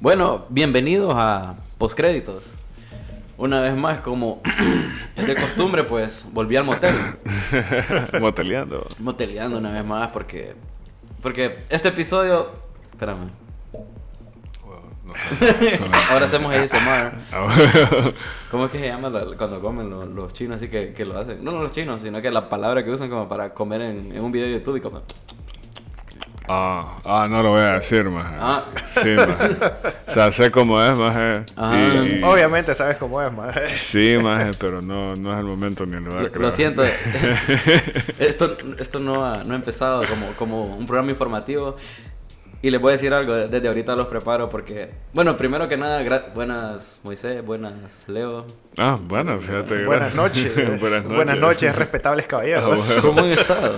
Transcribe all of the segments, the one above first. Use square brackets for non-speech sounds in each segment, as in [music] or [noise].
Bueno, bienvenidos a Postcréditos. Una vez más, como [clears throat] es de costumbre, pues volví al motel. Moteleando. Moteleando una vez más porque... Porque este episodio... Espérame. Ahora hacemos ASMR. ¿Cómo es que se llama la- cuando comen lo- los, chinos así que, que lo hacen? No, no los chinos, sino que la palabra que usan como para comer en, en un video de YouTube y como... Ah, ah, no lo voy a decir, más. eh. Ah. Sí, maje. O sea, sé cómo es, maje. Ajá. Y- Obviamente sabes cómo es, man. Sí, maje, pero no, no es el momento ni el lugar, Lo, creo. lo [laughs] siento. esto esto no, ha, no ha empezado como, como un programa informativo. Y les voy a decir algo, desde ahorita los preparo porque... Bueno, primero que nada, gra- buenas Moisés, buenas Leo. ah, bueno, fíjate. Buenas gracias. noches. [laughs] Buenas noches. [laughs] respetables Ah, caballeros. bueno. ¿Cómo han estado?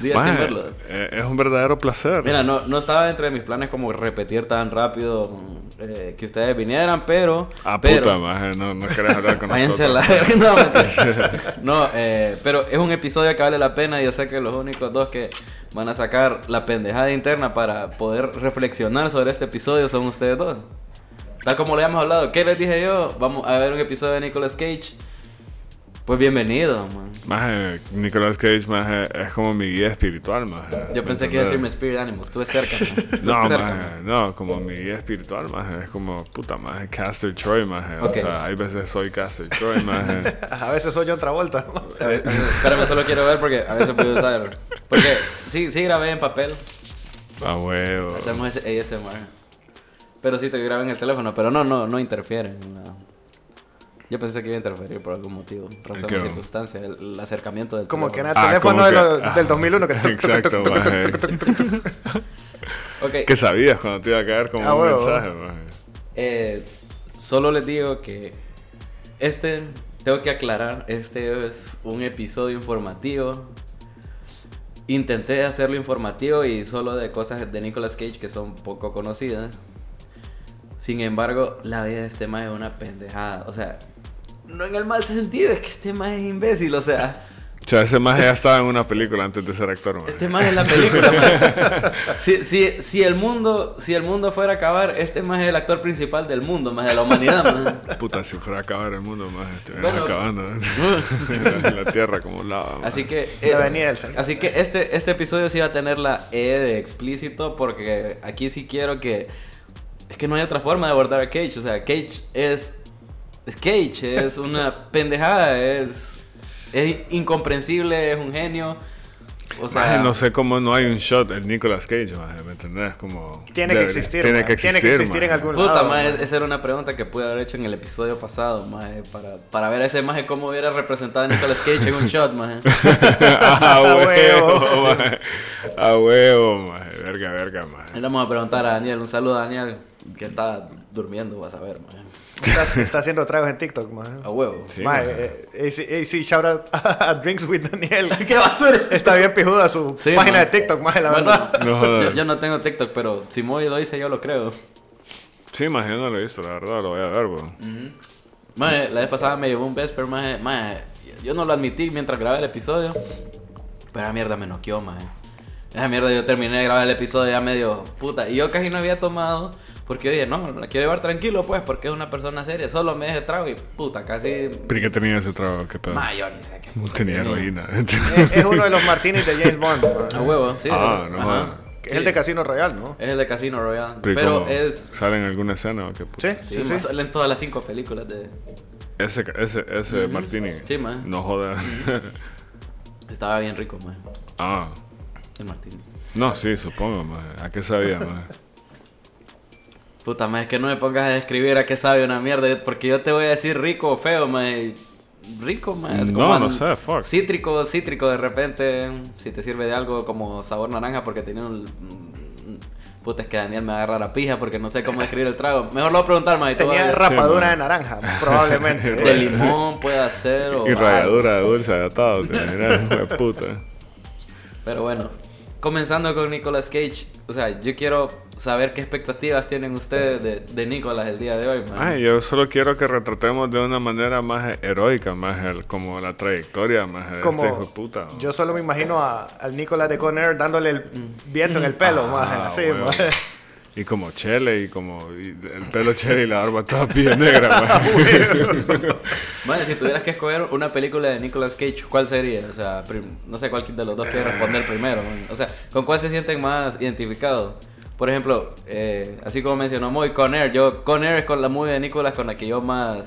Días sin Maje, verlos. eh, es un verdadero placer. Mira, no, no estaba entre mis planes como repetir tan rápido eh, que ustedes vinieran, pero... Ah, pero, puta, maje, no, no querés hablar con Váyanse a nosotros. pues. la verga, no, [laughs] mentira. No, eh, pero es un episodio que vale la pena y yo sé que los únicos dos que van a sacar la pendejada interna para poder reflexionar sobre este episodio son ustedes dos. Tal como lo habíamos hablado, ¿qué les dije yo? Vamos a ver un episodio de Nicolas Cage. Pues bienvenido, man. Maje, Nicolas Cage, maje, es como mi guía espiritual, maje. Yo pensé que iba a decirme Spirit Animals, estuve cerca. [laughs] man. Estuve Ah, [laughs] No, cerca, maje, no, como mi guía espiritual, maje, es como, puta, maje, Caster Troy, maje, Ok. o sea, hay veces soy Caster Troy, maje, [laughs] [laughs] A veces soy John Travolta. ¿no? A Eh, ver, Espérame, solo quiero ver porque a veces puedo usarlo. Porque sí, sí grabé en papel. a huevo. Hacemos ese ASMR. Pero sí te graban el teléfono, pero no, no, no interfieren. no. Yo pensé que iba a interferir por algún motivo, razón ¿Qué? o circunstancia, el, el acercamiento del Como que era teléfono. el Ah, teléfono como de que- lo- ah, del 2001 que... [laughs] exacto, maje. Ok, ¿Qué sabías cuando te iba a caer como Ah, un huevo. mensaje, maje? eh, solo les digo que este, tengo que aclarar, este es un episodio informativo. Intenté hacerlo informativo y solo de cosas de Nicolas Cage que son poco conocidas. Sin embargo, la vida de este mae es una pendejada. O sea, no en el mal sentido, es que este mae es imbécil. O sea, O sea, ese maje ya estaba en una película antes de ser actor, maje. este mae es la película, mae. Si, si, si, el mundo, si el mundo fuera a acabar, este mae es el actor principal del mundo, más de la humanidad, mae. Puta, si fuera a acabar el mundo, maje, estuvieran Bueno. acabando, [laughs] ¿eh? la tierra como lava, maje. Así que. eh, La avenida del Salvador. Así que este, este episodio sí va a tener la E de explícito, porque aquí sí quiero que. Es que no hay otra forma de abordar a Cage. O sea, Cage es. Es Cage, es [laughs] una pendejada, es. Es incomprensible, es un genio. O sea. Maje, no sé cómo no hay un shot del Nicolas Cage, maje, ¿me entendés? Como... Tiene que debería- existir, Tiene maje. que existir, Tiene que existir en maje. algún- Puta, lado, mae, mae. esa era una pregunta que pude haber hecho en el episodio pasado, mae, para, para ver a ese maje cómo hubiera representado a Nicolas Cage en [laughs] un shot, mae. Ah, a huevo. huevo, maje. A huevo, maje. Verga, verga, maje. Le vamos a preguntar a Daniel, un saludo a Daniel, que está durmiendo, vas a ver, mae. Está, está haciendo tragos en TikTok, man. A huevo. Ah, Sí, maje. Mae, eh, AC, AC, shout out [laughs] a Drinks with Daniel. [laughs] ¡Qué basura! Está bien pijuda su Sí, página mae. de TikTok, mae, la Bueno, [laughs] verdad. No yo, jodas. yo no tengo TikTok, pero si Moy lo dice, yo lo creo. Sí, maje, yo no lo he visto, la verdad, lo voy a ver, bro. Mae, la vez pasada me llevó un Vesper, mae, mae, Yo no lo admití mientras grabé el episodio. Pero esa mierda me noqueó, mae. Esa mierda yo terminé de grabar el episodio ya medio puta. Y yo casi no había tomado. Porque yo dije, no, me la quiero llevar tranquilo, pues, porque es una persona seria. Solo me dejé trago y puta, casi. ¿Pero qué tenía ese trago? ¿Qué pedo? Mae, Eh, yo ni sé qué. No tenía heroína. Es, [laughs] es uno de los martinis de James Bond, mae. A huevo, sí. Ah, es- no ajá. jodas. Que Es el de Casino Royale, ¿no? Es el de Casino Royale. ¿y Pero cómo? es. ¿Sale en alguna escena o qué? puta? Sí, Sí, sí, sí. mae, salen todas las cinco películas de. Ese, ese, ese Martini. Sí, maje. No jodas. Estaba bien rico, mae. [laughs] ah. El Martín. No, sí, supongo, maje. ¿A qué sabía, maje? Puta, mae, es que no me pongas a describir a qué sabe una mierda, porque yo te voy a decir rico o feo, mae. Rico, mae. es No, como no al- sé, fuck. Cítrico, cítrico de repente, si te sirve de algo como sabor naranja porque tiene un... Puta, es que Daniel me va a agarrar a pija porque no sé [laughs] cómo describir el trago. Mejor lo voy a preguntar, mae. tú vas a Tenía ver. rapadura mae. de naranja, [laughs] probablemente. De limón puede ser o... Y algo. ralladura de dulce de atado, te imaginas, [laughs] hijo de puta. Pero bueno, comenzando con Nicolas Cage, o sea, yo quiero saber qué expectativas tienen ustedes de, de Nicolas el día de hoy, mae. Ay, yo solo quiero que retratemos de una manera más heroica, más el- como la trayectoria, más de este hijo de Como puta. ¿no? yo solo me imagino a, al Nicolas de Conner dándole el viento en el pelo, Ah, más así, huevo. maje. Y como chele, y como y el pelo chele y la barba toda pide [laughs] negra, Ah, maje. Bueno, si tuvieras que escoger una película de Nicolas Cage, ¿cuál sería? O sea, prim- no sé cuál de los dos quiere responder primero. man. O sea, ¿con cuál se sienten más identificados? Por ejemplo, eh, así como mencionó Moy, Con Air. Yo, Con Air es con la movie de Nicolas con la que yo más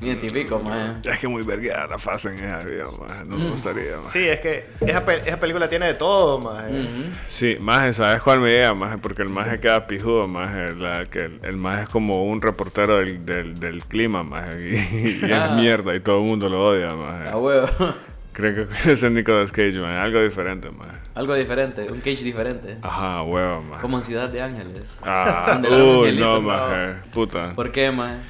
me identifico, man. [laughs] es que muy vergueada la fase en esa vida, maje. No me gustaría, maje. Mm. Sí, es que esa, pe- esa película tiene de todo, maje. Ujú. Sí, maje, ¿sabes cuál me llega, maje? Porque el maje queda pijudo, maje. La, que el, el maje es como un reportero del, del, del clima, maje. Y, y es Ah. mierda y todo el mundo lo odia, maje. Ah, A huevo. [laughs] Creo que [laughs] ese es Nicolas Cage, maje. Algo diferente, maje. Algo diferente, un Cage diferente. Ajá, huevo, maje. Como en Ciudad de Ángeles. Ah, Donde era un uy, angelito, no, ¿no? maje. Puta. ¿Por qué, man?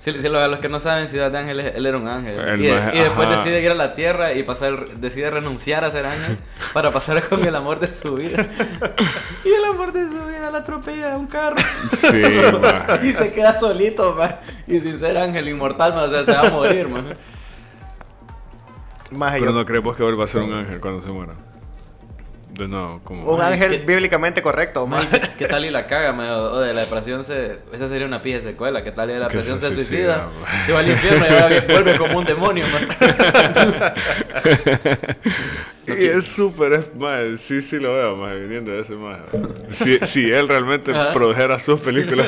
Si, si lo- a los que no saben, Ciudad de Ángeles, él era un ángel. El y, de- maje- y después ajá. decide ir a la tierra y pasar, decide renunciar a ser [laughs] ángel para pasar con el amor de su vida. [laughs] Y el amor de su vida la atropella a un carro. Sí, [laughs] [laughs] maje. y se queda solito, man. Y sin ser ángel inmortal, man, o sea, se va a morir, man. Maje, Pero yo- no Oh. creemos que vuelva a ser un ángel cuando se muera. De nuevo, como. [laughs] un ángel ¿qué- bíblicamente correcto, Man, maje. ¿qué, qué tal y la caga, man? O, o de la depresión se... Esa sería una pija secuela. ¿Qué tal y de la Que depresión se se, suicida? suicida, man. Y va al infierno y ahora vuelve como un demonio, man. [laughs] [laughs] y es súper, es más, sí, sí lo veo, más viniendo de ese más. Si, si él realmente Ajá. produjera sus [laughs] películas.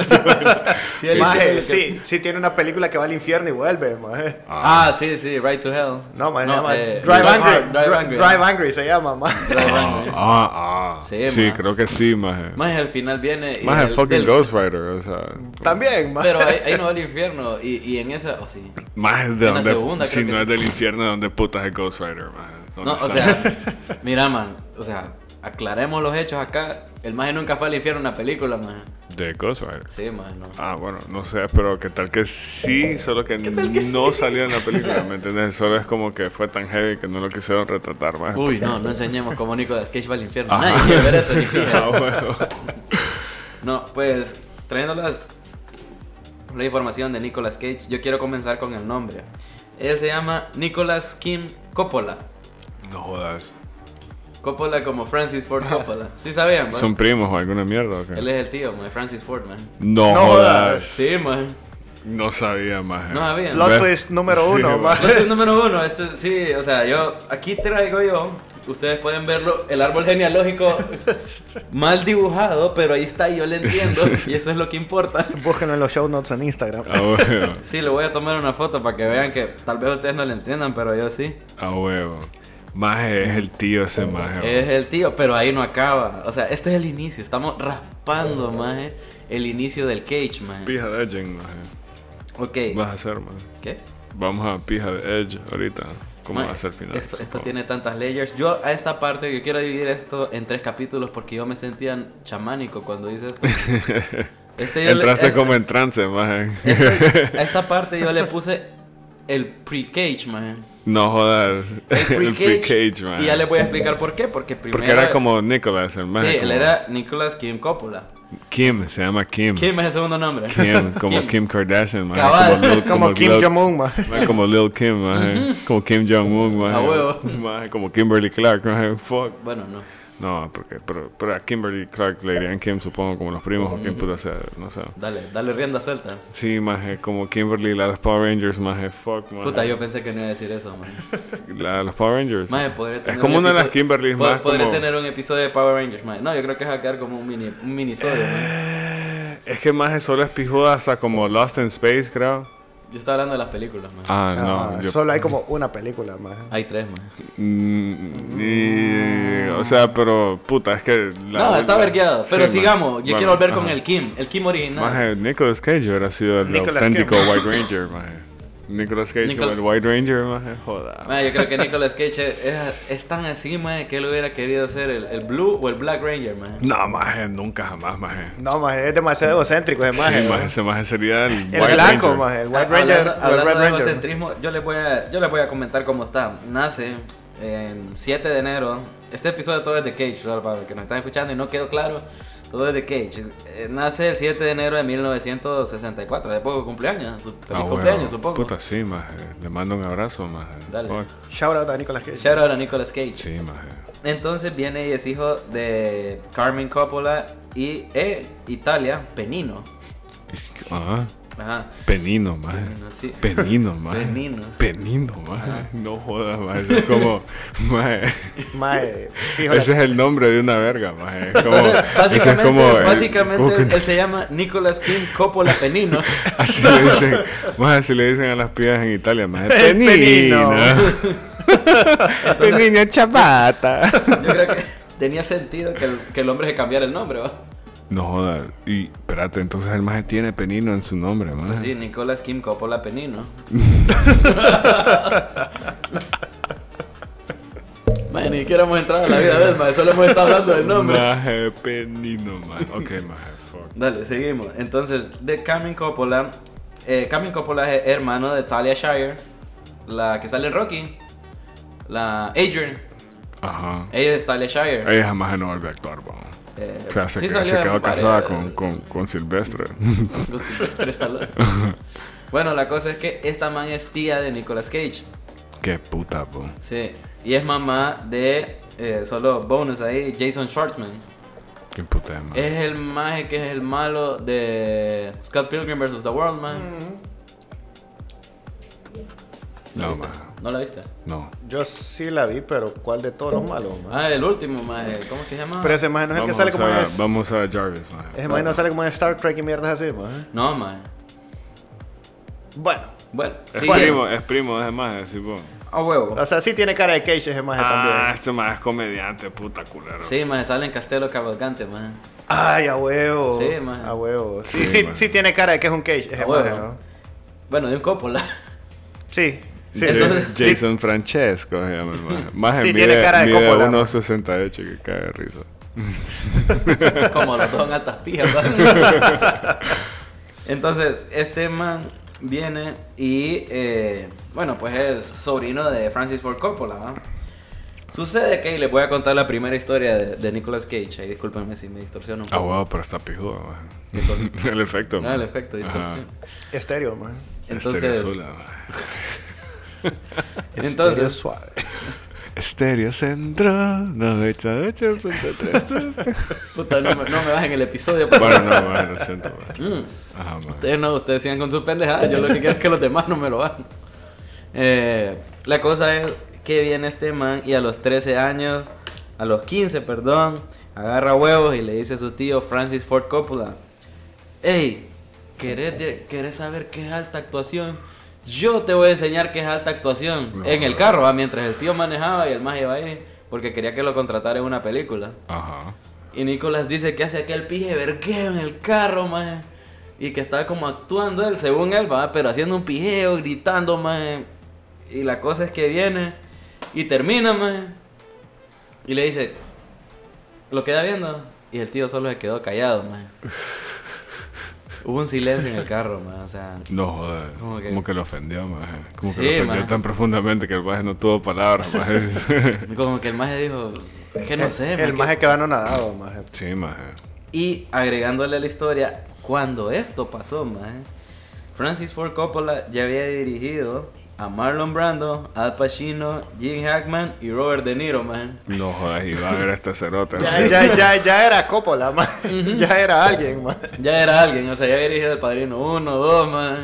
Sí, él Maje, dice que- sí, sí tiene una película que va al infierno y vuelve, maje. Ah, sí, sí, Right to Hell. No, maje, No, se llama eh, Drive Drive Angry. Hard, Drive Dri- Angry. Drive Angry se llama, maje. [laughs] Drive ah, Angry. ah, ah. Sí, Sí, maje. creo que sí, más. Más al final viene. y Más el del- fucking del- Ghost Rider, o sea. También, maje. Pero eh, ahí, ahí no va al infierno. Y, y en esa. Oh, sí. Más de En la donde. segunda, si creo que no sí. es del infierno, ¿de dónde putas es Ghost Rider, más? No, o sea. [laughs] Mira, man. O sea, aclaremos los hechos acá. El maje nunca fue al infierno en una película, man. De Ghost Rider. Sí, man, no. Ah, bueno, no sé, pero qué tal que sí, solo que, tal que no sí? salió en la película, ¿me entiendes? Solo es como que fue tan heavy que no lo quisieron retratar más. Uy, no, no enseñemos cómo Nicolas Cage va al infierno. Ajá. Nadie quiere ver eso, ni fija. [laughs] Ah, bueno. No, pues trayéndolas la información de Nicolas Cage, yo quiero comenzar con el nombre. Él se llama Nicolas Kim Coppola. No jodas. Coppola como Francis Ford Coppola. ¿Sí sabían, man? ¿Son primos o alguna mierda o qué? Él es el tío, man, de Francis Ford, man. No, No jodas. Sí, man. No sabía más. No sabía. Plot ¿Ves? twist número Sí, uno, güey. maje. Este es número uno, este, sí, o sea, yo aquí traigo yo, ustedes pueden verlo, el árbol genealógico mal dibujado, pero ahí está, y yo le entiendo, y eso es lo que importa. Búsquenlo en los show notes en Instagram. A huevo. Sí, le voy a tomar una foto para que vean que tal vez ustedes no le entiendan, pero yo sí. A huevo. Maje es el tío Eh, ese maje. Es el tío, pero ahí no acaba. O sea, este es el inicio. Estamos raspando, maje, el inicio del cage, maje. Pija de Edge, maje. Ok. Vas a hacer, maje. ¿Qué? Vamos a pija de Edge ahorita. ¿Cómo Maje, va a ser el final? Esto, esto Oh. tiene tantas layers. Yo a esta parte, yo quiero dividir esto en tres capítulos porque yo me sentía chamánico cuando hice [laughs] esto. Este yo le- Entraste [laughs] esta- como en trance, [laughs] maje. [laughs] este- a esta parte yo le puse el pre-cage, [laughs] maje. No jodas. El pre-cage. pre-cage, maje. y ya les voy a explicar por qué. Porque primero... Porque era como Nicholas, el maje. Sí, él como- era Nicolas Kim Coppola. Kim, se llama Kim. Kim es el segundo nombre. [laughs] Kim, Mm. como Kim, Kardashian, maje. Cabal. Lil- Como Kim Lil- Jong-un, maje. Maje, como Lil Kim, maje. Como Kim Jong-un, maje. A [laughs] huevo. Maje, como Kimberly Clark, maje. Fuck. Bueno, no. No, porque, pero, pero a Kimberly Clark le dirían Kim, supongo, como los primos o Kim puta sea, no sé. Dale, dale rienda suelta. Sí, maje, como Kimberly, la de los Power Rangers, maje. Fuck, maje. Puta, yo pensé que no iba a decir eso, [laughs] man. La de los Power Rangers. Maje, podría tener es como un una de las episodio- Kimberlys pod- más. Podría como- tener un episodio de Power Rangers, man. No, yo creo que va a quedar como un mini un minisodio, man. Es que maje solo es pijuda hasta como Lost in Space, creo. Yo estaba hablando de las películas, man. Ah, Ah, no. yo- Solo hay como una película, maje. Hay tres, man. Mm, y- o sea, pero puta, es que. la- no, está la- vergueado. Pero sí, maje. sigamos. Yo Bueno, quiero volver con ajá. el Kim. El Kim original. Maje, Nicolas Cage hubiera sido el Nicolas auténtico Cage. White Ranger, maje. Nicolas Cage Nicol- como el White Ranger, maje, joda. Maje, yo creo que Nicolas Cage es, es- es tan así, man, que él hubiera querido ser el, el Blue o el Black Ranger, man. No, maje, nunca jamás, maje. No, maje, es demasiado egocéntrico ese sí, maje. maje. maje, ese maje sería el White El blanco, Ranger. maje. El Ah, White Ranger. Hablando, o el hablando Red de Ranger. egocentrismo, yo les, voy a, yo les voy a comentar cómo está. Nace en 7 de enero. Este episodio todo es de Cage, solo para los que nos están escuchando y no quedó claro, todo es de Cage. Eh, Nace el 7 de enero de 1964, de poco cumpleaños. Su, Ah, feliz bueno, cumpleaños, supongo. Puta, sí, maje. Le mando un abrazo, maje. Dale. Fuck. Shout out a Nicolas Cage. Shout out a Nicolas Cage. Sí, maje. Entonces viene y es hijo de Carmen Coppola y E, Italia, Penino. Ah, Ajá. penino, maje. Penino, sí. [laughs] Penino, maje. Penino. Penino, maje. No jodas, maje. Eso [laughs] Es como, maje. Mae, fijo. Ese es el nombre de una verga, maje. Es como, Entonces, ese es básicamente, como, eh, básicamente como que- él se llama Nicolas King Coppola Penino. [laughs] Así le dicen, maje, así le dicen a las pibas en Italia, [laughs] maje. El penino. [laughs] Penino. Penino chapata. Yo creo que tenía sentido que el, que el hombre se cambiara el nombre, ¿va? No jodas. Y espérate, entonces el maje tiene penino en su nombre, maje. Pues sí, Nicolas Kim Coppola [laughs] Penino. Man, ni siquiera hemos entrado a la vida de él, man. Solo hemos estado hablando del nombre. Maje, penino, maje. Ok, maje, fuck. Dale, seguimos. Entonces, de Carmen Coppola. eh, Carmen Coppola es hermano de Talia Shire, la que sale en Rocky. La Adrian. Ajá. Ella es Talia Shire. Ella jamás no vuelve a actuar, weón. Eh, O sea, se, sí que- salió se en quedó varias- casada [laughs] con, con, con Silvestre. con Sylvester Stallone. bueno, la cosa es que esta man es tía de Nicolas Cage. [laughs] Qué puta, weón. Sí. Y es mamá de, eh, solo bonus ahí, Jason Schwartzman. Qué puta de madre. Es el maje que es el malo de Scott Pilgrim vs. The World, man. Mm. no, ¿Viste? maje. ¿No la viste? No. Yo sí la vi, pero ¿cuál de todos los malos, maje? Ah, el último maje. ¿Cómo es que se llama? Pero ese maje no es el que sale como en. a, es- vamos a Jarvis, maje. Ese maje no sale como en Star Trek y mierdas así, maje. No, maje. Bueno, Bueno, Es siguiente. primo, es primo de ese maje, sí, weón. A huevo. o sea, sí tiene cara de Cage ese maje Ah, también. este maje es comediante, puta culero. Sí, maje, sale en Castelo Cabalgante, maje. Ay, a huevo. Sí, maje. A huevo. Sí, Sí, sí, maje. sí tiene cara de que es un Cage ese A maje, huevo. ¿no? Bueno, de un Coppola. Sí. Sí, Ja- entonces- sí, Jason Francesco se llama el maje. Maje Sí, mide, tiene cara de mide Coppola, 1.68, que cae de risa. [laughs] Como los dos en altas pijas, ¿verdad? Entonces, este man viene y, eh, bueno, pues es sobrino de Francis Ford Coppola, ¿verdad? Sucede que, y les voy a contar la primera historia de, de Nicolas Cage, ahí discúlpenme si me distorsiono un Ah, poco. wow, pero está pijudo, maje. ¿Qué cosa? [laughs] el efecto, Ah, el maje. efecto de Ajá. Este distorsión. Estéreo, maje. Entonces, Estereosola, maje. Entonces- Estéreo suave. Estéreo Centro 98.3. puta, no me, no me bajen el episodio. por [laughs] bueno, no, bueno, lo siento. man. favor. Mm. Ajá, man. Ustedes no, ustedes sigan con sus pendejadas. Yo lo que quiero es que los demás no me lo hagan. Eh, la cosa es que viene este man y a los 13 años, a los 15, perdón, agarra huevos y le dice a su tío Francis Ford Coppola: Hey, ¿querés, de- querés saber qué es alta actuación? Yo te voy a enseñar qué es alta actuación No, en el no. carro, ah, mientras el tío manejaba y el más iba ahí porque quería que lo contratara en una película. Ajá. Y Nicolás dice que hace aquel pije vergueo en el carro, maje. Y que estaba como actuando él, según él, va, pero haciendo un pijeo, gritando, maje. Y la cosa es que viene y termina, maje. Y le dice, ¿lo queda viendo? Y el tío solo se quedó callado, maje. Hubo un silencio en el carro, maje, o sea... No, joder. ¿Cómo Como que? que, lo ofendió, maje. Como que Sí, lo ofendió maje. tan profundamente que el maje no tuvo palabras, maje. Como que el maje dijo, es que no sé, El, maje, el que- maje quedó anonadado, maje. [laughs] sí, maje. Y agregándole a la historia, cuando esto pasó, maje, Francis Ford Coppola ya había dirigido a Marlon Brando, Al Pacino, Jim Hackman y Robert De Niro, maje. No jodas, y va a este ver a esta cerota. Ya, ya, ya, ya era Coppola, maje. Ya era alguien, maje. Ya era alguien, o sea, ya había dirigido El Padrino 1, 2, maje.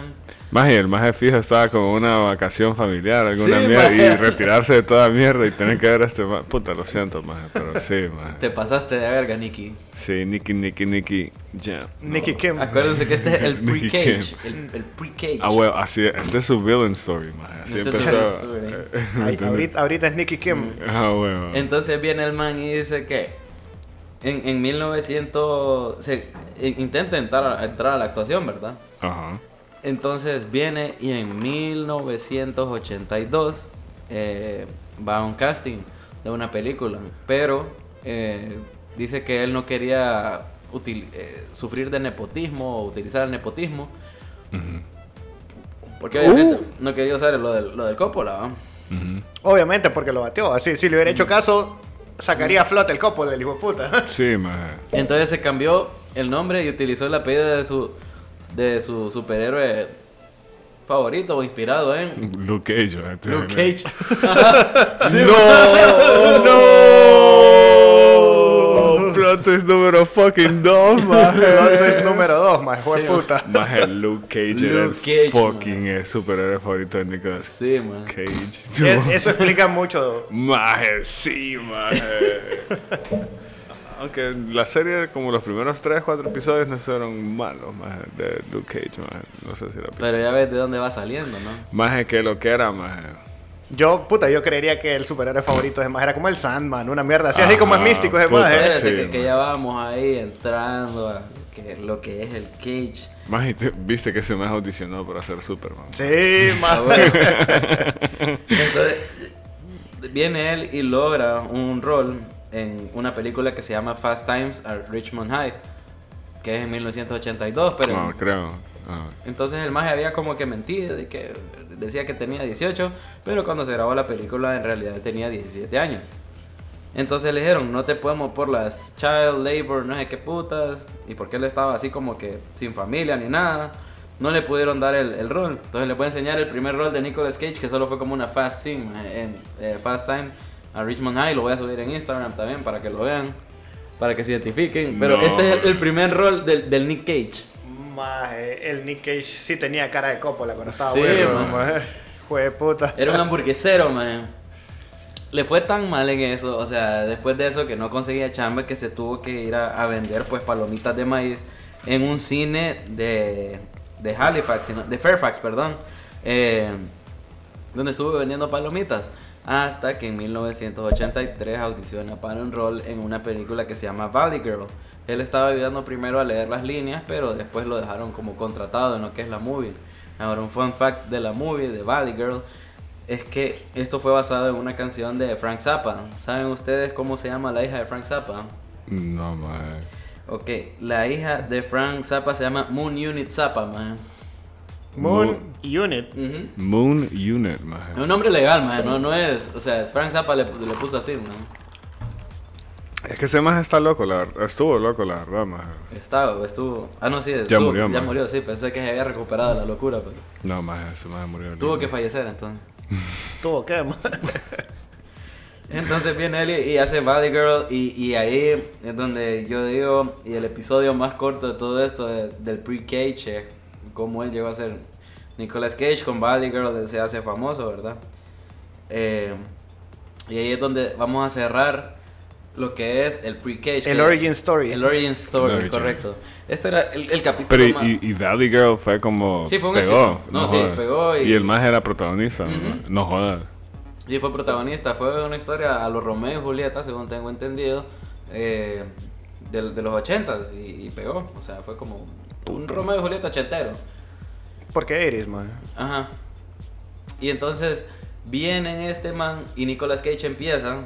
Maje, el maje fijo estaba como una vacación familiar, alguna Sí, mierda. maje. Y retirarse de toda mierda y tener que ver a este maje. Puta, lo siento, maje. Pero sí, maje. Te pasaste de verga, Nicky. Sí, Nicky, Nicky, Nicky. Ya. Nicky Kim. Acuérdense que este es el [laughs] Nicky pre-cage. El, el pre-cage. Ah, bueno, así, este es su villain story, maje. Así Este es su empezó. villain story. Eh, ¿me Ay, [laughs] entendés? ahorita, ahorita es Nicky Kim. Ah, bueno. Entonces viene el man y dice que en, en 1900 se in- intenta entrar a- entrar a la actuación, ¿verdad? Ajá. Entonces viene y en 1982 eh, va a un casting de una película, pero eh, dice que él no quería util- eh, sufrir de nepotismo o utilizar el nepotismo, porque obviamente no quería usar lo del, lo del Coppola. ¿va? Ujú. Obviamente, porque lo bateó. Así, si le hubiera hecho caso, sacaría a flote el Coppola, el hijo de puta. [laughs] Sí, maje. Entonces se cambió el nombre y utilizó el apellido de su, de su superhéroe favorito o inspirado en Luke Cage. ¿eh? Luke [laughs] Cage. ¡No! ¡No! Oh. Plot vato es número fucking dos, [laughs] El maje. vato es número 2, más de [laughs] puta. Maje, Luke Cage era el Luke Cage, fucking eh, superhéroe favorito de Nicolas Sí, man. Cage. [laughs] E- Eso explica mucho. Maje, sí, [laughs] maje. Aunque la serie, como los primeros 3, 4 episodios, no fueron malos, maje, de Luke Cage, maje. No sé si la Pero ya ves de dónde va saliendo, ¿no? Maje, que lo que era, maje. Yo, puta, yo creería que el superhéroe favorito de más era como el Sandman, una mierda así, así como es Ajá, místico ese puta. maje. Espérate, Ah, sí, que, que man. ya vamos ahí entrando a que lo que es el cage. Maje, ¿tú- viste que ese maje audicionó para ser Superman. Sí, Ah, maje. bueno. [laughs] Entonces, viene él y logra un rol en una película que se llama Fast Times at Richmond High, que es en 1982, pero... No, creo. Ah. Entonces el maje había como que mentido de que decía que tenía 18, pero cuando se grabó la película en realidad tenía 17 años. Entonces le dijeron, no te podemos por las child labor, no sé qué putas, y porque él estaba así como que sin familia ni nada, no le pudieron dar el, el rol. Entonces le voy a enseñar el primer rol de Nicolas Cage, que solo fue como una fast scene maje, en eh, Fast Time a Richmond High, lo voy a subir en Instagram también para que lo vean, para que se identifiquen. Pero No, este es el, bro. el primer rol del, del Nick Cage. [laughs] Maje, el Nick Cage sí tenía cara de cópola cuando estaba Sí, bueno, man. maje. Jue de puta. Era un hamburguesero, man. Le fue tan mal en eso, o sea, después de eso que no conseguía chamba, que se tuvo que ir a, a vender pues palomitas de maíz en un cine de, de Halifax, sino- de Fairfax, perdón, eh, donde estuvo vendiendo palomitas. Hasta que en 1983 audiciona para un rol en una película que se llama Valley Girl. Él estaba ayudando primero a leer las líneas, pero después lo dejaron como contratado en lo que es la movie. Ahora, un fun fact de la movie de Valley Girl es que esto fue basado en una canción de Frank Zappa. ¿Saben ustedes cómo se llama la hija de Frank Zappa? No, maje. Ok, la hija de Frank Zappa se llama Moon Unit Zappa, man. Moon Unit. Ujú. Moon Unit, maje. Es un nombre legal, man, no, no es. O sea, Frank Zappa le, le puso así, man. Es que ese maje está loco, la verdad. Estuvo loco, la verdad, maje. Estaba, estuvo. Ah, no, sí, estuvo, murió, Ya man. murió, sí, pensé que se había recuperado de la locura, pero No, maje, ese maje murió. tuvo que fallecer entonces. Tuvo que, maje. Entonces viene él y, y hace Valley Girl y, y ahí es donde yo digo, y el episodio más corto de todo esto, de- del pre-Cage, eh, cómo él llegó a ser Nicolas Cage con Valley Girl, él se hace famoso, ¿verdad? Eh, y ahí es donde vamos a cerrar lo que es el pre-Cage. El que- origin story. El origin story, El origin. correcto. Este era el, el capítulo Pero y, más... y- y Daddy Girl fue como. Sí, fue un pegó. éxito. No, sí, jodas. pegó y- el maje era protagonista, ¿no? Ujú. No jodas. [laughs] Sí, fue protagonista. Fue una historia a los Romeo y Julieta, según tengo entendido, eh, de, de los 80 y, y pegó. O sea, fue como un Romeo y Julieta ochentero. ¿Por qué eres, maje? Ajá. Y entonces viene este man y Nicolas Cage empieza.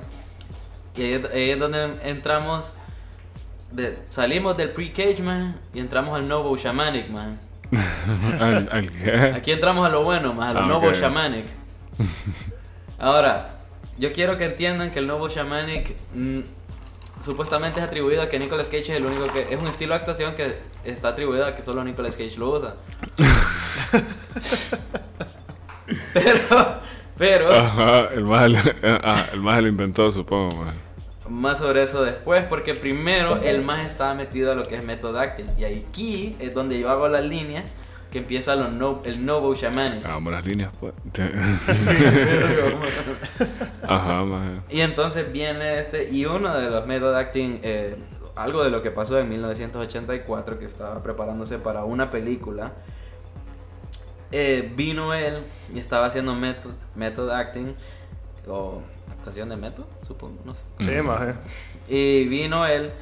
Y ahí, es- ahí es donde entramos. de- salimos del pre-Cage, man, y entramos al Novo Shamanic, man. al, al qué? Aquí entramos a lo bueno, más a lo Ah, nuevo ok. [laughs] shamanic. Ahora, yo quiero que entiendan que el nuevo shamanic mm, supuestamente es atribuido a que Nicolas Cage es el único que. Es un estilo de actuación que está atribuido a que solo Nicolas Cage lo [laughs] usa. pero, pero. Ajá, el maje, lo- [laughs] ah, el maje lo inventó, supongo, maje. Más sobre eso después, porque primero el más estaba metido a lo que es método acting. Y aquí es donde yo hago la línea que empieza lo no, el nuevo shamanic. [laughs] [laughs] Hagamos las líneas, pues. Te- Ajá, maje. Y entonces viene este, y uno de los method acting, eh, algo de lo que pasó en 1984, que estaba preparándose para una película, eh, vino él y estaba haciendo method, method acting, o actuación de método, supongo, no sé. Sí, maje. Y vino él,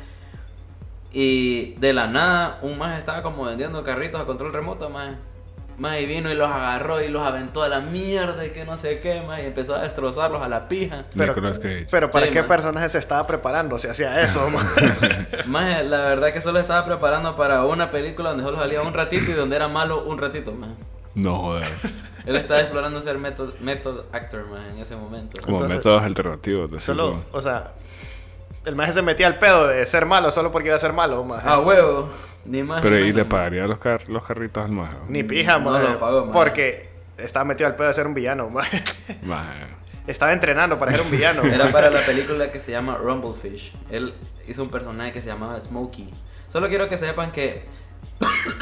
y de la nada, un más estaba como vendiendo carritos a control remoto, más. Más y vino y los agarró y los aventó a la mierda y que no sé qué, más y empezó a destrozarlos a la pija. Pero- Nicolas Cage. Pero ¿para Sí, qué maje. personaje se estaba preparando si hacía eso, maje? Maje, la verdad que solo estaba preparando para una película donde solo salía un ratito y donde era malo un ratito, maje. No jodas. Él estaba explorando ser method, method actor, maje, en ese momento. Como Entonces- métodos alternativos. De Solo, tipo- o sea, el maje se metía al pedo de ser malo solo porque iba a ser malo, maje. Ah, huevo, ni más. Pero ni y le menos, pagaría los, car- los carritos al maje. Ni pija, No maje. lo pagó, maje. Porque estaba metido al pedo de ser un villano, maje. Maje. [laughs] Estaba entrenando para ser un villano. Era para la película que se llama Rumblefish. Él hizo un personaje que se llamaba Smokey. Solo quiero que sepan que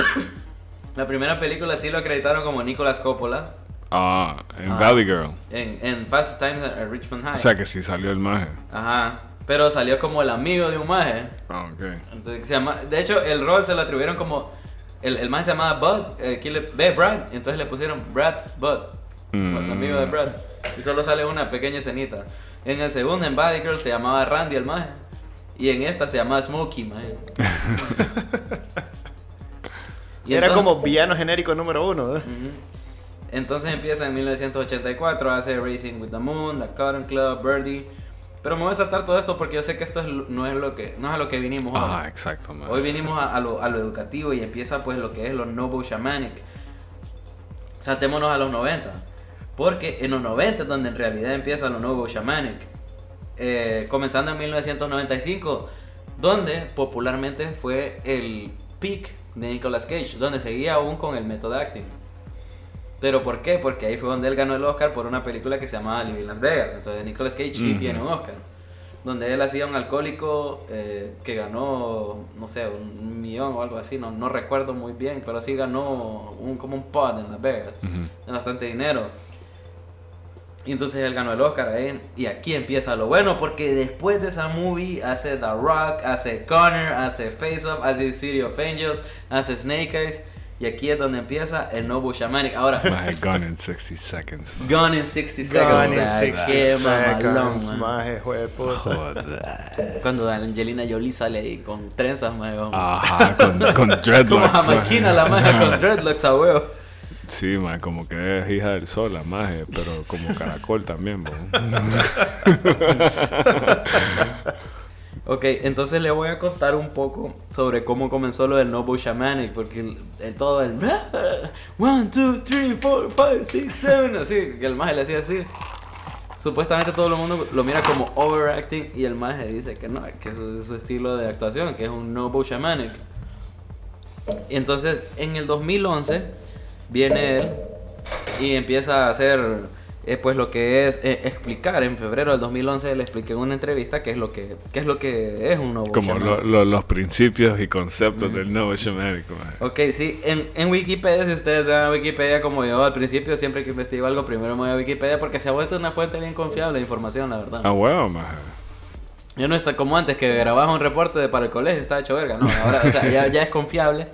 [coughs] la primera película sí lo acreditaron como Nicolas Coppola Ah, en Ah. Valley Girl. en, en Fast Times at at Richmond High. O sea que sí salió el maje. Ajá. Pero salió como el amigo de un maje. Ah, ok. Entonces, que se llama- de hecho, el rol se lo atribuyeron como. El, el maje se llamaba Bud. eh, Aquí le, ve, Brad. Entonces le pusieron Brad's Bud. Mm. El amigo de Brad. Y solo sale una pequeña escenita. En el segundo, en Body Girl, se llamaba Randy el maje. Y en esta se llamaba Smokey, maje. Y Era entonces- como villano genérico número uno. ¿eh? Ujú. Entonces empieza en 1984, hace Racing with the Moon, The Cotton Club, Birdie. Pero me voy a saltar todo esto porque yo sé que esto es lo- no, es lo que, no es a lo que vinimos hoy. Ah, exacto, maje. Hoy vinimos a, a lo, a lo educativo y empieza pues lo que es los Novo Shamanic. Saltémonos a los 90. Porque en los 90 es donde en realidad empieza lo Novo Shamanic. Eh, comenzando en 1995, donde popularmente fue el peak de Nicolas Cage, donde seguía aún con el método acting. ¿Pero por qué? Porque ahí fue donde él ganó el Oscar por una película que se llamaba Living Las Vegas. Entonces Nicolas Cage sí Ujú. tiene un Oscar. Donde él hacía un alcohólico eh, que ganó, no sé, un millón o algo así, no, no recuerdo muy bien, pero sí ganó un, como un pod en Las Vegas. Ujú. Bastante dinero. Y entonces él ganó el Oscar ahí. Y aquí empieza lo bueno, porque después de esa movie hace The Rock, hace Connor, hace Face Off, hace City of Angels, hace Snake Eyes. Y aquí es donde empieza el nuevo Shamanic. Ahora, [laughs] Maje, Gone in 60 Seconds, maje. Gone in 60 Seconds. Gone in o sea, 60 qué mamalón, seconds, man. maje, hijo de puta. Joder. Cuando Angelina Jolie sale ahí con trenzas, maje, como- Ajá, con, con Ah, dreadlocks. Como maje. jamaquina la maja con dreadlocks a huevo. Sí, maje, como que es hija del sol la maje, pero como caracol también, bo. Ok, entonces le voy a contar un poco sobre cómo comenzó lo del Noble Shamanic, porque el, el todo el... [laughs] 1, 2, 3, 4, 5, 6, 7, así, que el maje le hacía así. Supuestamente todo el mundo lo mira como overacting y el maje dice que no, que eso es su estilo de actuación, que es un Noble Shamanic. Y entonces en el 2011 viene él y empieza a hacer eh, pues lo que es eh, explicar en febrero del 2011 le expliqué en una entrevista qué es lo que qué es lo que es un nuevo Como chamán. lo- lo- los principios y conceptos del nuevo shamanic, maje. Ok, sí, en, en Wikipedia, si ustedes van a Wikipedia como yo al principio, siempre que investigo algo, primero me voy a Wikipedia porque se ha vuelto una fuente bien confiable de información, la verdad. Ah, huevo, maje. Yo no estoy como antes, que grababa un reporte de- para el colegio, estaba hecho verga, no, ahora o sea, ya, ya es confiable,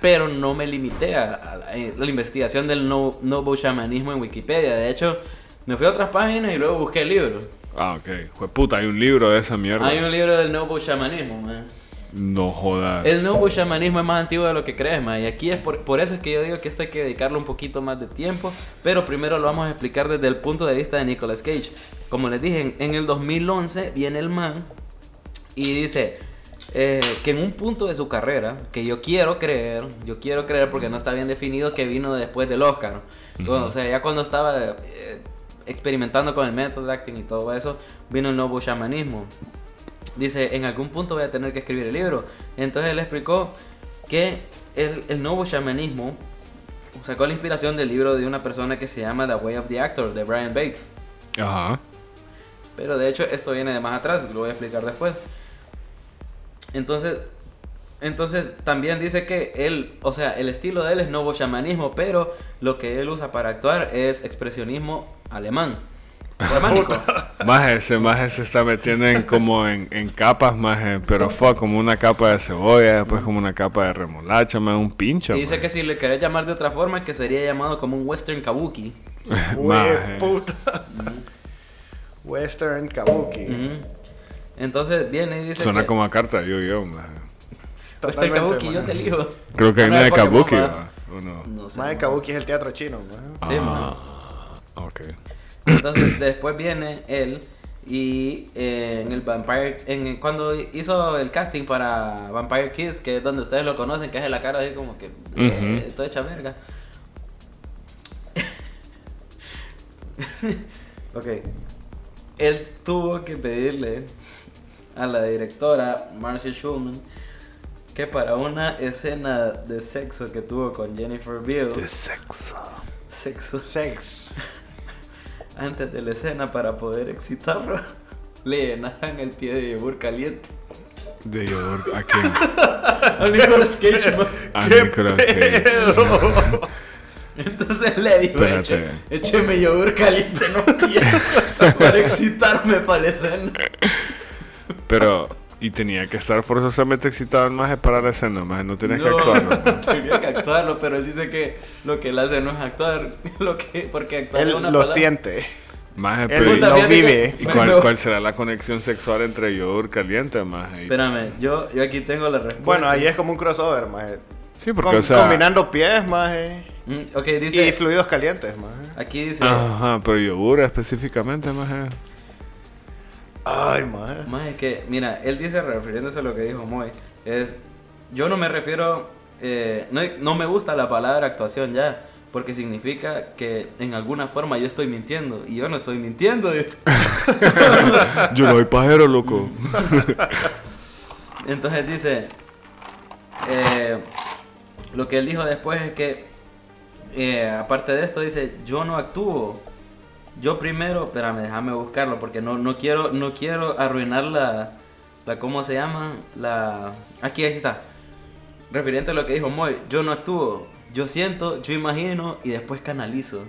pero no me limité a, a la, eh, la investigación del no, novo shamanismo en Wikipedia, de hecho, me fui a otras páginas y luego busqué libros. Ah, ok. Jueputa, hay un libro de esa mierda. Hay un libro del novo shamanismo, man. No jodas. El nuevo chamanismo es más antiguo de lo que crees, ma. Y aquí es por, por eso es que yo digo que esto hay que dedicarle un poquito más de tiempo. Pero primero lo vamos a explicar desde el punto de vista de Nicolas Cage. Como les dije, en, en el 2011 viene el man y dice eh, que en un punto de su carrera, que yo quiero creer, yo quiero creer porque no está bien definido que vino después del Oscar. Bueno, o sea, ya cuando estaba eh, experimentando con el method acting y todo eso, vino el nuevo chamanismo. Dice, en algún punto voy a tener que escribir el libro. Entonces él explicó que el, el nuevo shamanismo sacó la inspiración del libro de una persona que se llama The Way of the Actor, de Brian Bates. Ajá. Pero de hecho esto viene de más atrás, lo voy a explicar después. Entonces, entonces también dice que él, o sea, el estilo de él es nuevo chamanismo, pero lo que él usa para actuar es expresionismo alemán. Germánico. Maje, ese maje se está metiendo en como en, en capas, maje. Pero fue como una capa de cebolla, después como una capa de remolacha, maje, un pincho. Y dice que si le querés llamar de otra forma, que sería llamado como un western kabuki. maje. Hue Maje. puta. [laughs] Mm. Western Kabuki. Ujú. Entonces viene y dice Suena que- como a carta de Yu-Gi-Oh, maje. Western Totalmente, Kabuki, yo man. te elijo. Creo que hay Ahora una de Pokémon, Kabuki, ma. ¿verdad? ¿o no? Ah. No sé, Mae, ma. Kabuki es el teatro chino, man. Sí, ma. Ok. Entonces [clears throat] después viene él y eh, en el Vampire, en, cuando hizo el casting para Vampire Kids, que es donde ustedes lo conocen, que es la cara así como que eh, Ujú. toda hecha verga. [laughs] ok. Él tuvo que pedirle a la directora Marcia Schulman que para una escena de sexo que tuvo con Jennifer Beals, [laughs] sexo. sexo Sex. antes de la escena para poder excitarlo, [laughs] le llenaran el pie de yogur caliente. [laughs] De yogur, ¿a quién? [laughs] A Nicolas Cage, man. A [laughs] ¡Qué Nicolas Cage. pedo! Entonces le dijo, Espérate. "Eche- écheme yogur caliente, no [laughs] quiero, [laughs] para excitarme para la escena. Pero, y tenía que estar forzosamente excitado el maje para la escena, maje. No tenías que No, actuar, maje. [laughs] tenía que actuarlo, pero él dice que lo que él hace no es actuar, [laughs] lo que, porque actuar es Él una lo palabra. siente. Maje, Él pero- Puta, lo fíjate que- vive. ¿Y Bueno, cuál, [laughs] no. cuál será la conexión sexual entre yogur caliente, maje? Espérame, yo, yo aquí tengo la respuesta. Bueno, ahí es como un crossover, maje. Sí, porque, Con- o sea... Combinando pies, maje. Mm, Ok, Y dice, fluidos calientes, maje. aquí dice, Ajá, pero yogur específicamente, maje. Ay, maje. Más es que, mira, él dice, refiriéndose a lo que dijo Moy, es, yo no me refiero, eh, no, no me gusta la palabra actuación ya, porque significa que en alguna forma yo estoy mintiendo, y yo no estoy mintiendo. dice. Yo no soy pajero, loco. Entonces dice, eh, lo que él dijo después es que, eh, aparte de esto, dice, yo no actúo. Yo primero, espérame, déjame buscarlo, porque no, no, quiero, no quiero arruinar la, la, ¿cómo se llama? La, aquí, ahí está. Referente a lo que dijo Moy, yo no actúo, yo siento, yo imagino y después canalizo.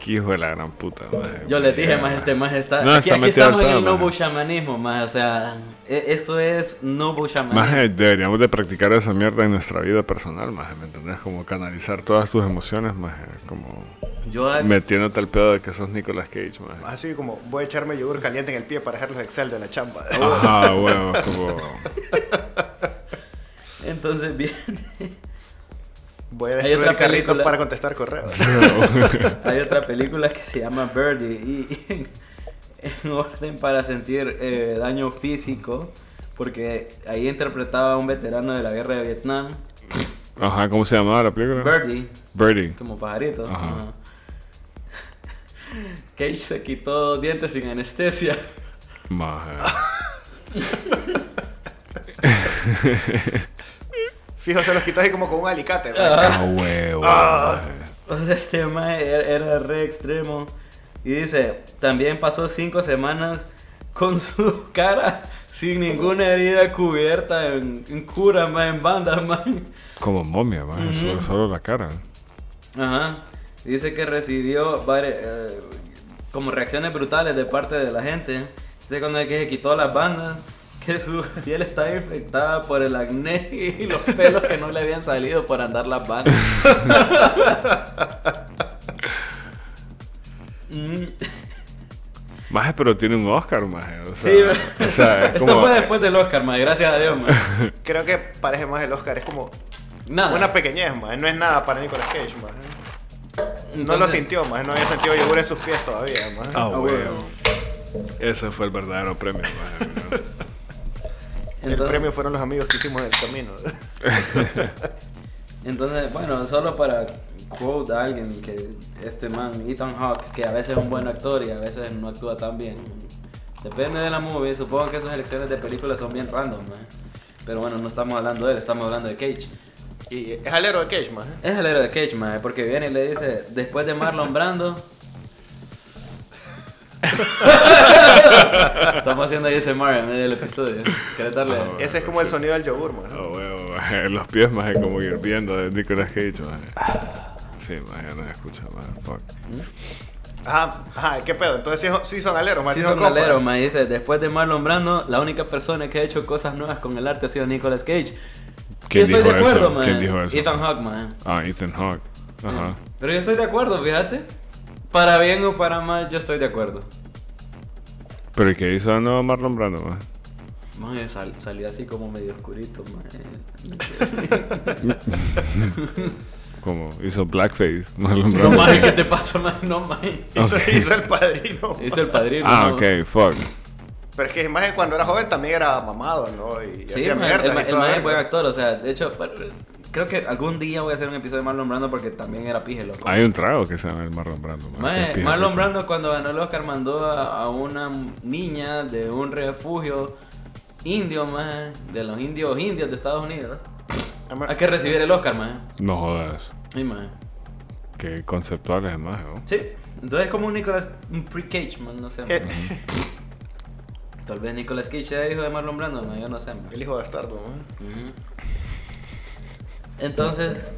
Qué hijo de la gran puta, maje. Yo les dije, Yeah, más este, más está. No, aquí está aquí metido al estamos pues. en el pedo, maje. noble shamanismo, más, o sea, e- esto es noble shamanismo. Maje, eh, deberíamos de practicar esa mierda en nuestra vida personal, maje, ¿me entendés? Como canalizar todas tus emociones, maje, como Yo metiéndote al pedo de que sos Nicolas Cage, maje. Así como voy a echarme yogur caliente en el pie para dejar los Excel de la chamba. Ah, Ajá, huevo, como... [laughs] Entonces viene. Voy a Hay destruir otra carritos película. para contestar correos. [laughs] Hay otra película que se llama Birdie. Y, y [laughs] en, en orden para sentir eh, daño físico. Porque ahí interpretaba a un veterano de la guerra de Vietnam. Ajá, ¿cómo se llamaba la película? Birdie, Birdie. como pajarito. Ajá. ajá. [laughs] Cage se quitó dos dientes sin anestesia. Maje. Ah. Fijo, se los quitas así como con un alicate. maje. Ah, huevo, Ah. eh. maje. [laughs] O sea, este mae era- era re extremo. Y dice, también pasó cinco semanas con [laughs] su cara sin ninguna herida cubierta en, en cura, mae, en banda, mae. Como momia, maje, solo, solo la cara. Ajá. Dice que recibió vari- eh, como reacciones brutales de parte de la gente. Dice cuando que se quitó las bandas, [laughs] que su piel estaba infectada por el acné y [laughs] los pelos que no le habían salido por andar las bandas. Mm. Maje, eh, pero tiene un Oscar, maje. O sea, Sí, o sea, [laughs] es esto como... fue después del Oscar, mae, gracias a Dios, mae. Creo que parece más el Oscar. Es como Nada. una pequeñez, maje. No es nada para Nicolas Cage, maje. No lo Entonces- sintió, maje. No había sentido yogur en sus pies todavía, maje. Ah, Ah, huevo. huevo. Ese fue el verdadero premio, maje. ¿no? El entonces- premio fueron los amigos que hicimos en el camino. [laughs] Entonces, bueno, solo para quote a alguien que este man, Ethan Hawke, que a veces es un buen actor y a veces no actúa tan bien. Depende de la movie, supongo que sus elecciones de películas son bien random, ¿no? Pero bueno, no estamos hablando de él, estamos hablando de Cage. y es alero de ¿eh? Cage, maje. Es el héroe de Cage, man, porque viene y le dice, después de Marlon Brando... estamos haciendo ese Mario en medio del episodio. ¿Querés darle? Ese es como el sonido del yogur, maje. Ah, huevo, maje. [laughs] Los pies, maje, como hirviendo de Nicolas Cage, maje. Sí, maje, no se escucha, maje. Fuck. Ajá, ajá, ¿qué pedo? Entonces sí, son- sí son aleros, maje. Sí, son son compas. galeros, me dice. Después de Marlon Brando, la única persona que ha hecho cosas nuevas con el arte ha sido Nicolas Cage. ¿Quién yo estoy dijo de acuerdo, eso? man. ¿Quién dijo eso? Ethan Hawke, man. Ah, Ethan Hawke. Ajá. Pero yo estoy de acuerdo, fíjate. Para bien o para mal, yo estoy de acuerdo. Pero ¿y qué hizo de nuevo Marlon Brando, maje? Man, sal- salí así como medio oscurito, [laughs] man. Como hizo Blackface, [laughs] Marlon No, Brando. man, ¿qué te pasa, man? No, man. Hizo, Ok. [laughs] hizo el [laughs] padrino. maje. Hizo el padrino. Ah, ¿no? ok, fuck. Pero es que Maje cuando era joven también era mamado, ¿no? Y Sí, hacía man, mierdas el, y ma- el toda man es verga. buen actor, o sea, de hecho, bueno, creo que algún día voy a hacer un episodio de Marlon Brando porque también era pije, loco. Hay un trago que se llama el Marlon Brando. maje. Mae, Ah, Qué pija, Marlon loco. Brando cuando ganó el Oscar mandó a, a una niña de un refugio indio, más de los indios indios de Estados Unidos, Ama- [laughs] a que recibiera el Oscar, más No jodas. Sí, mae. Qué conceptuales además, ¿no? Sí, entonces es como un Nicolas un pre-Cage, man, no sé. man. Eh, Tal vez Nicolas Cage sea hijo de Marlon Brando, man, yo no sé. man. El hijo bastardo, man. Ujú. Entonces,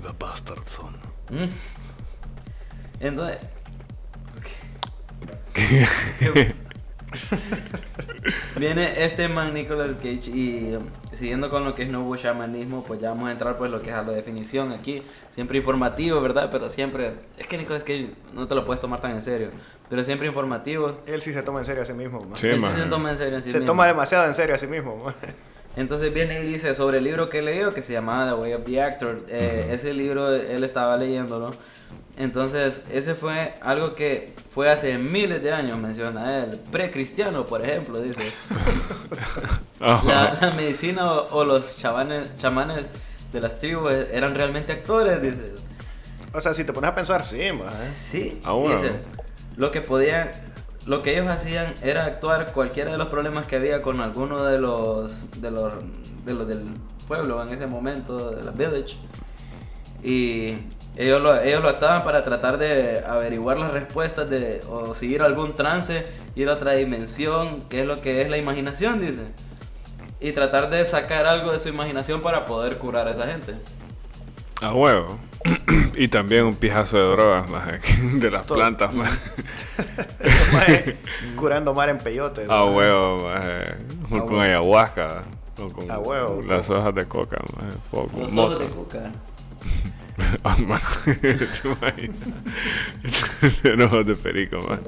The Bastard Son. mm, entonces ok. Viene este man Nicolas Cage y um, siguiendo con lo que es nuevo chamanismo, pues ya vamos a entrar pues lo que es a la definición aquí, siempre informativo, ¿verdad? Pero siempre es que Nicolas Cage no te lo puedes tomar tan en serio, pero siempre informativo. Él sí se toma en serio a sí mismo, man. Sí, Él sí man. se toma en serio en sí se mismo. toma demasiado en serio a sí mismo, man. [laughs] Entonces viene y dice sobre el libro que leyó que se llamaba The Way of the Actor. Eh, Ese libro él estaba leyéndolo. Entonces, ese fue algo que fue hace miles de años, menciona él. Precristiano, por ejemplo, dice. Ah, La, la medicina o, o los chavanes- chamanes de las tribus eran realmente actores, dice. O sea, si te pones a pensar, sí, man. Sí, Ah, bueno. dice, lo que podían, lo que ellos hacían era actuar cualquiera de los problemas que había con alguno de los, de los, de los del pueblo en ese momento, de la village. Y ellos lo, ellos lo actuaban para tratar de averiguar las respuestas de, o seguir algún trance, ir a otra dimensión, que es lo que es la imaginación, dice. Y tratar de sacar algo de su imaginación para poder curar a esa gente. A ah, huevo. [clears throat] y también un pijazo de drogas, maje, [laughs] de las Todo. plantas, maje. [laughs] Estos majes curando mar en peyote. A man. Ah, huevo, maje. O con huevo. ayahuasca. O con A ah, huevo. Las hojas de coca, maje. O con Los ojos mota. de cuca. [laughs] Ah, maje, ¿Te imaginas? [laughs] Tiene ojos de perico, maje.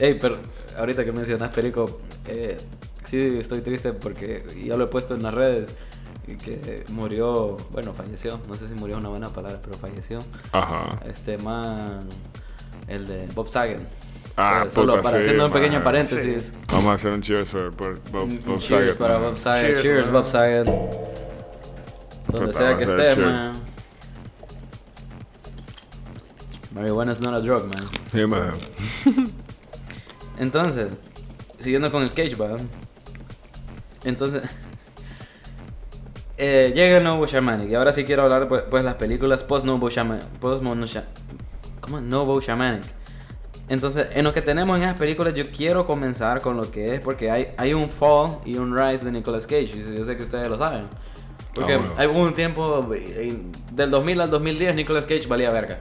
Ey, pero ahorita que mencionas Perico, eh, sí estoy triste porque ya lo he puesto en las redes y que murió, bueno, falleció, no sé si murió es una buena palabra, pero falleció Ajá. este man, el de Bob Sagan. Ah, Eh, solo puta, para sí, haciendo un pequeño man. paréntesis. Vamos a hacer un cheers for por Bob, Un- Bob un cheers Saget, para maje. Bob Sagan, cheers, Cheers, man. Bob Sagan. Donde Puta, sea vamos que a hacer esté, cheers. man. Marihuana is not a drug, man. Sí, maje. Entonces, siguiendo con el cage, ¿verdad? Entonces, [laughs] eh, llega Novo Shamanic. Y ahora sí quiero hablar, pues, pues, las películas post-Novo Shamanic. ¿Cómo? Novo Shamanic. Entonces, en lo que tenemos en esas películas, yo quiero comenzar con lo que es, porque hay, hay un fall y un rise de Nicolas Cage. y Yo sé que ustedes lo saben. Porque Ah, bueno. hay- hubo un tiempo, eh, en- del 2000 al 2010, Nicolas Cage valía verga.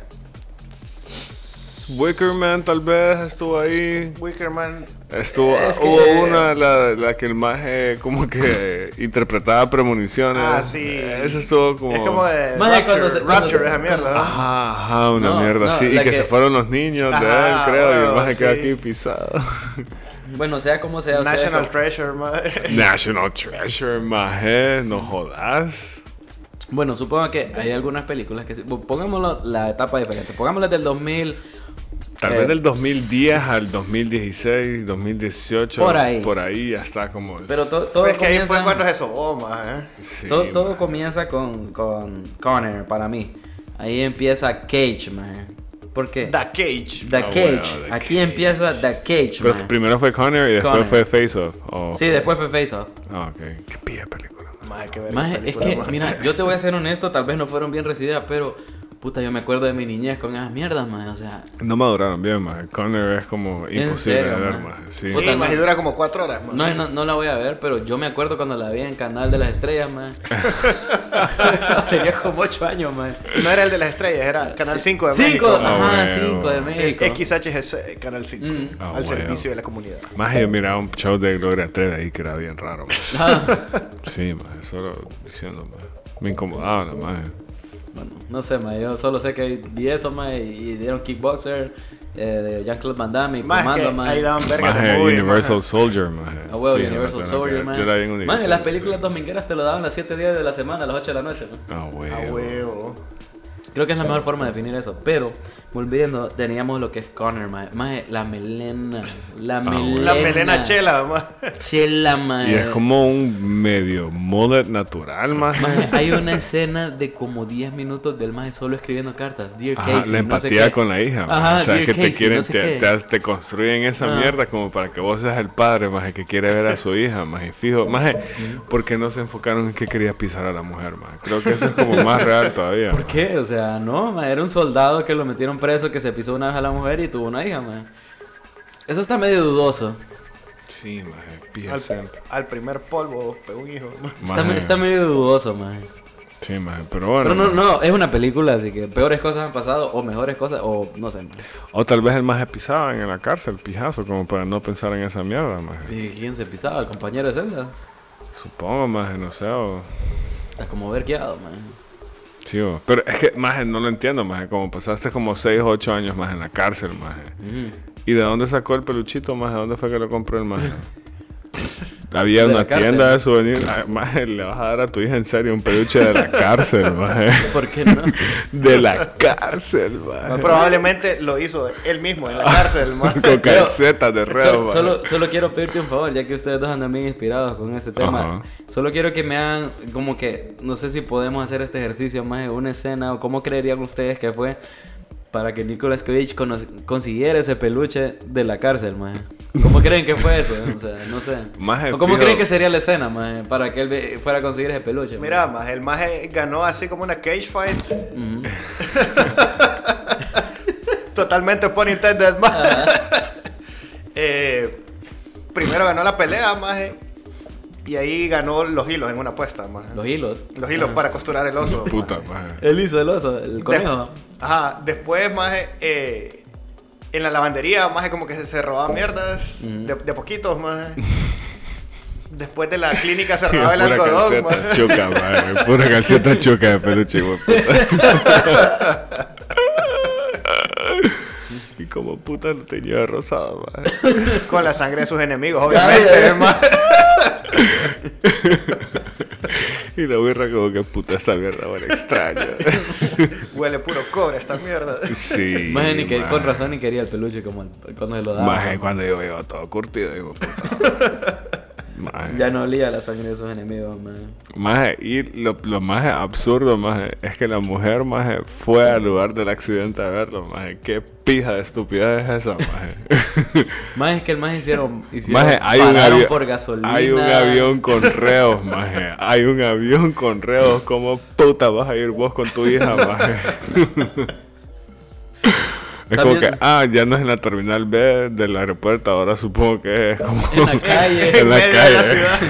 Wickerman tal vez estuvo ahí. Wickerman. Estuvo, Es que- Hubo una, la, la que el maje como que interpretaba premoniciones. Ah, sí. Eso estuvo como... Es como de. Maje, cuando se- Rapture, cuando Ah, Rapture, se- esa mierda. ¿no? Ajá, ajá, una No, mierda no, así. Y la que, que- se fueron los niños de él, Ajá, creo. y el huevo, maje quedó sí. aquí pisado. [laughs] Bueno, sea como sea. ustedes- National Treasure, man. National Treasure, maje. No jodas. Bueno, supongo que hay algunas películas que... sí- bueno, Pongámoslo la etapa diferente. Pongámosla del 2000. Tal Eh, vez del 2010 al 2016, 2018. Por ahí. Por ahí ya está como... Pero to- todo [laughs] Pero es que ahí comienza... fue cuando se sobó, man. ¿eh? Sí, todo, todo maje. comienza con, con Connor, para mí. Ahí empieza Cage, man. ¿Por qué? The Cage. The Ah, Cage. bueno, The Aquí Cage. empieza The Cage, Pero man. primero fue Connor y después Connor. fue Face Off. o- Sí, después fue Face Off. Ah, ok. Qué pilla película. Maje, qué verga Maje, es película, que, maje. mira, yo te voy a ser honesto, tal vez no fueron bien recibidas, pero... Puta, yo me acuerdo de mi niñez con esas mierdas, man. O sea... No maduraron bien, más. Connor es como ¿En imposible serio, de ver, maje? más. Sí. Puta, Sí, maje, no. dura como cuatro horas, man. No, no, no la voy a ver, pero yo me acuerdo cuando la vi en Canal de las Estrellas, man. Tenía este como 8 años, man. No era el de las estrellas, era Canal 5 de 5, México. Ah, ajá, bueno. 5 de México. XHGC, Canal 5. Mm. Ah, al bueno. servicio de la comunidad. Más yo miraba un show de Gloria Trevi ahí que era bien raro, maje. Ah, Sí, más. Solo diciendo, maje. Me incomodaba, no, más. eh. bueno, no sé, man, yo solo sé que vi eso, man, y dieron Kickboxer eh, de Jean-Claude Van Damme y Más que Comando, man. ahí daban verga Más de movie, Universal maje. Soldier, más. A huevo, Universal Soldier, man. Yo la vi en Man, Universal. las películas domingueras te lo daban a las 7 días de la semana, a las 8 de la noche, man. Ah, huevo. A huevo. Creo que es la mejor forma de definir eso. Pero, volviendo, teníamos lo que es Connor, mae. Mae, la melena. La Ah, bueno. melena. La melena chela, ma. Chela, mae. Y es como un medio moda natural, más. Mae, hay una escena de como 10 minutos del mae solo escribiendo cartas. Dear Ajá, Casey, no la sé empatía qué. con la hija. man. Ajá, o sea, dear que te Casey, quieren, no sé te, qué. te- te construyen esa Ah. mierda como para que vos seas el padre, más que quiere ver a su hija, más fijo. Más porque no se enfocaron en que quería pisar a la mujer, más. Creo que eso es como más real todavía. ¿Por man. qué? O sea, no, mae, era un soldado que lo metieron preso, que se pisó una vez a la mujer y tuvo una hija, mae. Eso está medio dudoso. Sí, más pija Al, siempre. eh, al primer polvo, pegó un hijo. ma. Está, Maje. me- está medio dudoso, mae. Sí, más pero bueno. Pero no, man. no, es una película, así que peores cosas han pasado, o mejores cosas, o no sé. mae. O tal vez el más pisaba en la cárcel, pijazo, como para no pensar en esa mierda, más. ¿Y quién se pisaba? ¿El compañero de celda? Supongo, más no sé. o- Está como verqueado, man. Sí, bo. pero es que, maje, no lo entiendo, maje. Como pasaste como 6 o 8 años más en la cárcel, maje. ¿Y de dónde sacó el peluchito, maje? ¿Dónde fue que lo compró [laughs] el maje? Había De la una cárcel. tienda de souvenirs. Ah, Maje, le vas a dar a tu hija en serio un peluche de [laughs] la cárcel, maje. ¿Por qué no? De la cárcel, [laughs] maje. Probablemente lo hizo él mismo en la cárcel, ma. Ah. [laughs] Con calcetas de reo, solo, maje. solo, solo quiero pedirte un favor, ya que ustedes dos andan bien inspirados con este tema. Ajá. Solo quiero que me hagan, como que, no sé si podemos hacer este ejercicio más en una escena, o cómo creerían ustedes que fue para que Nicolas Cage cono- consiguiera ese peluche de la cárcel, man. ¿Cómo creen que fue eso? O sea, no sé. Maje, ¿O ¿Cómo fijo. creen que sería la escena, man, para que él ve- fuera a conseguir ese peluche? maje? Mira, más el maje ganó así como una cage fight. [laughs] Totalmente por intended, Ah. maje. [laughs] Eh, primero ganó la pelea, maje. Y ahí ganó los hilos en una apuesta, maje. Los hilos. Los hilos para costurar el oso. maje. Ah. Puta, maje. Él hizo el oso, el De- conejo. Ajá, después, maje, eh, en la lavandería, maje, como que se, se robaba mierdas de, de poquitos, [laughs] maje. después de la clínica se robaba el Pura algodón, calceta maje. chuca, maje. Pura calceta chuca de peluche, hijo de puta. Y como puta lo tenía de rosado, maje. Con la sangre de [laughs] sus enemigos, Ay, obviamente, ay. maje. Y la birra como que puta esta mierda, bueno, extraña. Huele puro cobre esta mierda. [laughs] Sí. Maje, ni que, maje. con razón ni quería el peluche como el- cuando se lo daba. Maje, cuando yo veo todo curtido, digo, puta. Maje. Ya no olía la sangre de sus enemigos, man. Maje, y lo, lo más absurdo, maje, es que la mujer, maje, fue al lugar del accidente a verlo, maje. Qué pija de estupidez es esa, maje. Más es que el más [laughs] hicieron, hicieron Maje, hay un, pararon avión, por gasolina. hay un avión con reos, maje. Hay un avión con reos. ¿Cómo puta vas a ir vos con tu hija, maje? [laughs] Es como que, También- ah, ya no es en la terminal B del aeropuerto, ahora supongo que es como En la calle. [laughs] en la eh. En medio de la [laughs]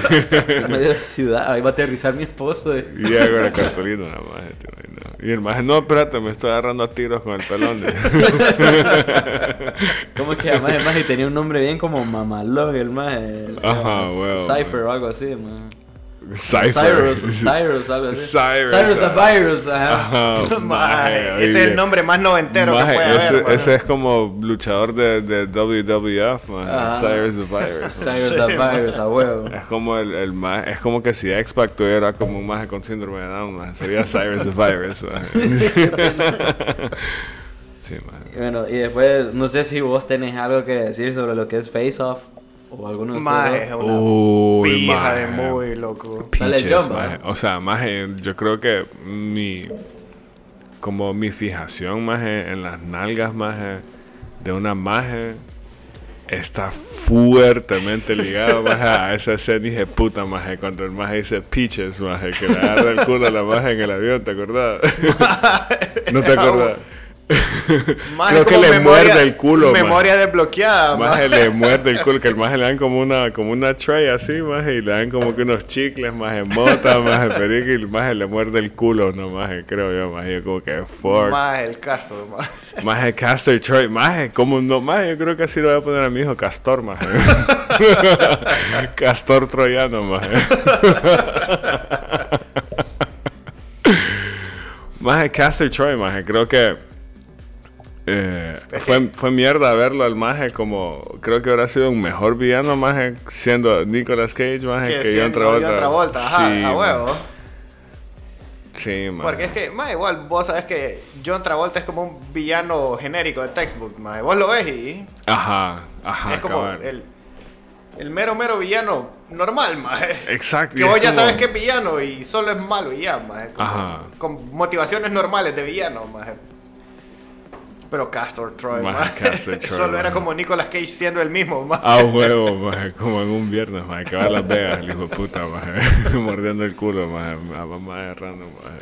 [laughs] calle. en medio de la ciudad. Ahí va a aterrizar mi esposo. eh. [laughs] Y ya con la cartulina, la maje, te imaginas. Y el maje, no, espérate, me estoy agarrando a tiros con el pelón. [laughs] ¿Cómo es que además el maje tenía un nombre bien como Mamalog, el más Ajá, Ah, huevo, Cypher maje. o algo así, man. Cypher. [laughs] Cyrus, Cyrus, algo así. Cyrus. ah. Cyrus the Virus, ajá. [laughs] Ajá, maje, Maje, ese es oye. el nombre más noventero Maje, que puede ese, haber. maje. ese es como luchador de, de WWF, maje, Ah. Ajá. Cyrus the [laughs] Virus. Cyrus the Virus, a huevo. Es como el, el maje- es como que si X-Pac tuviera como un maje con síndrome de Down, maje, sería Cyrus the Virus, [laughs] maje. [laughs] Sí, maje. Bueno, y después, no sé si vos tenés algo que decir sobre lo que es Face Off o alguno de Maje, ustedes. es una Uy, pija maje. de muy loco. Sale el Pinches, Jumbo, maje. ¿eh? O sea, maje, yo creo que mi como mi fijación maje en las nalgas maje de una maje está fuertemente [laughs] ligado maje, a esa escena de puta maje cuando el maje dice pitches maje que le agarra el culo a la maje en el avión, ¿te acordás? [laughs] ¿No [laughs] te acordás? Maje, Creo que como le memoria- muerde el culo. maje. Memoria desbloqueada, maje. Maje le muerde el culo, que el maje le dan como una, como una tray así, maje, y le dan como que unos chicles, maje, mota, maje, perico, y el maje le muerde el culo, no, maje, creo yo, maje, yo como que fuck. Maje, el castro, maje. Maje, Castor Troy, maje, como no, maje, yo creo que así lo voy a poner a mi hijo, Castor, maje. [laughs] Castor troyano, maje. [laughs] maje, Castor Troy, maje, creo que. eh, fue, fue mierda verlo al maje como. Creo que habrá sido un mejor villano, maje, [laughs] siendo Nicolas Cage, maje, Ah, que, sí, John no, John Travolta. Travolta, ajá, Sí, a maje. huevo. Sí, maje. Porque es que, más igual, vos sabes que John Travolta es como un villano genérico de textbook, más vos lo ves y Ajá, ajá. es como cabal. el, el mero mero villano normal, más. Exacto. y Que es vos ya como- sabes que es villano y solo es malo y ya, más. Ajá. Con motivaciones normales de villano, más. Pero Castor Troy, Maje, maje. Castor Troy, [laughs] Ah, Solo era maje. como Nicolas Cage siendo el mismo, más. A huevo, maje, como en un viernes, maje, que va a Las Vegas, el hijo de puta, maje, [laughs] mordiendo el culo, maje, a mamá de random, maje.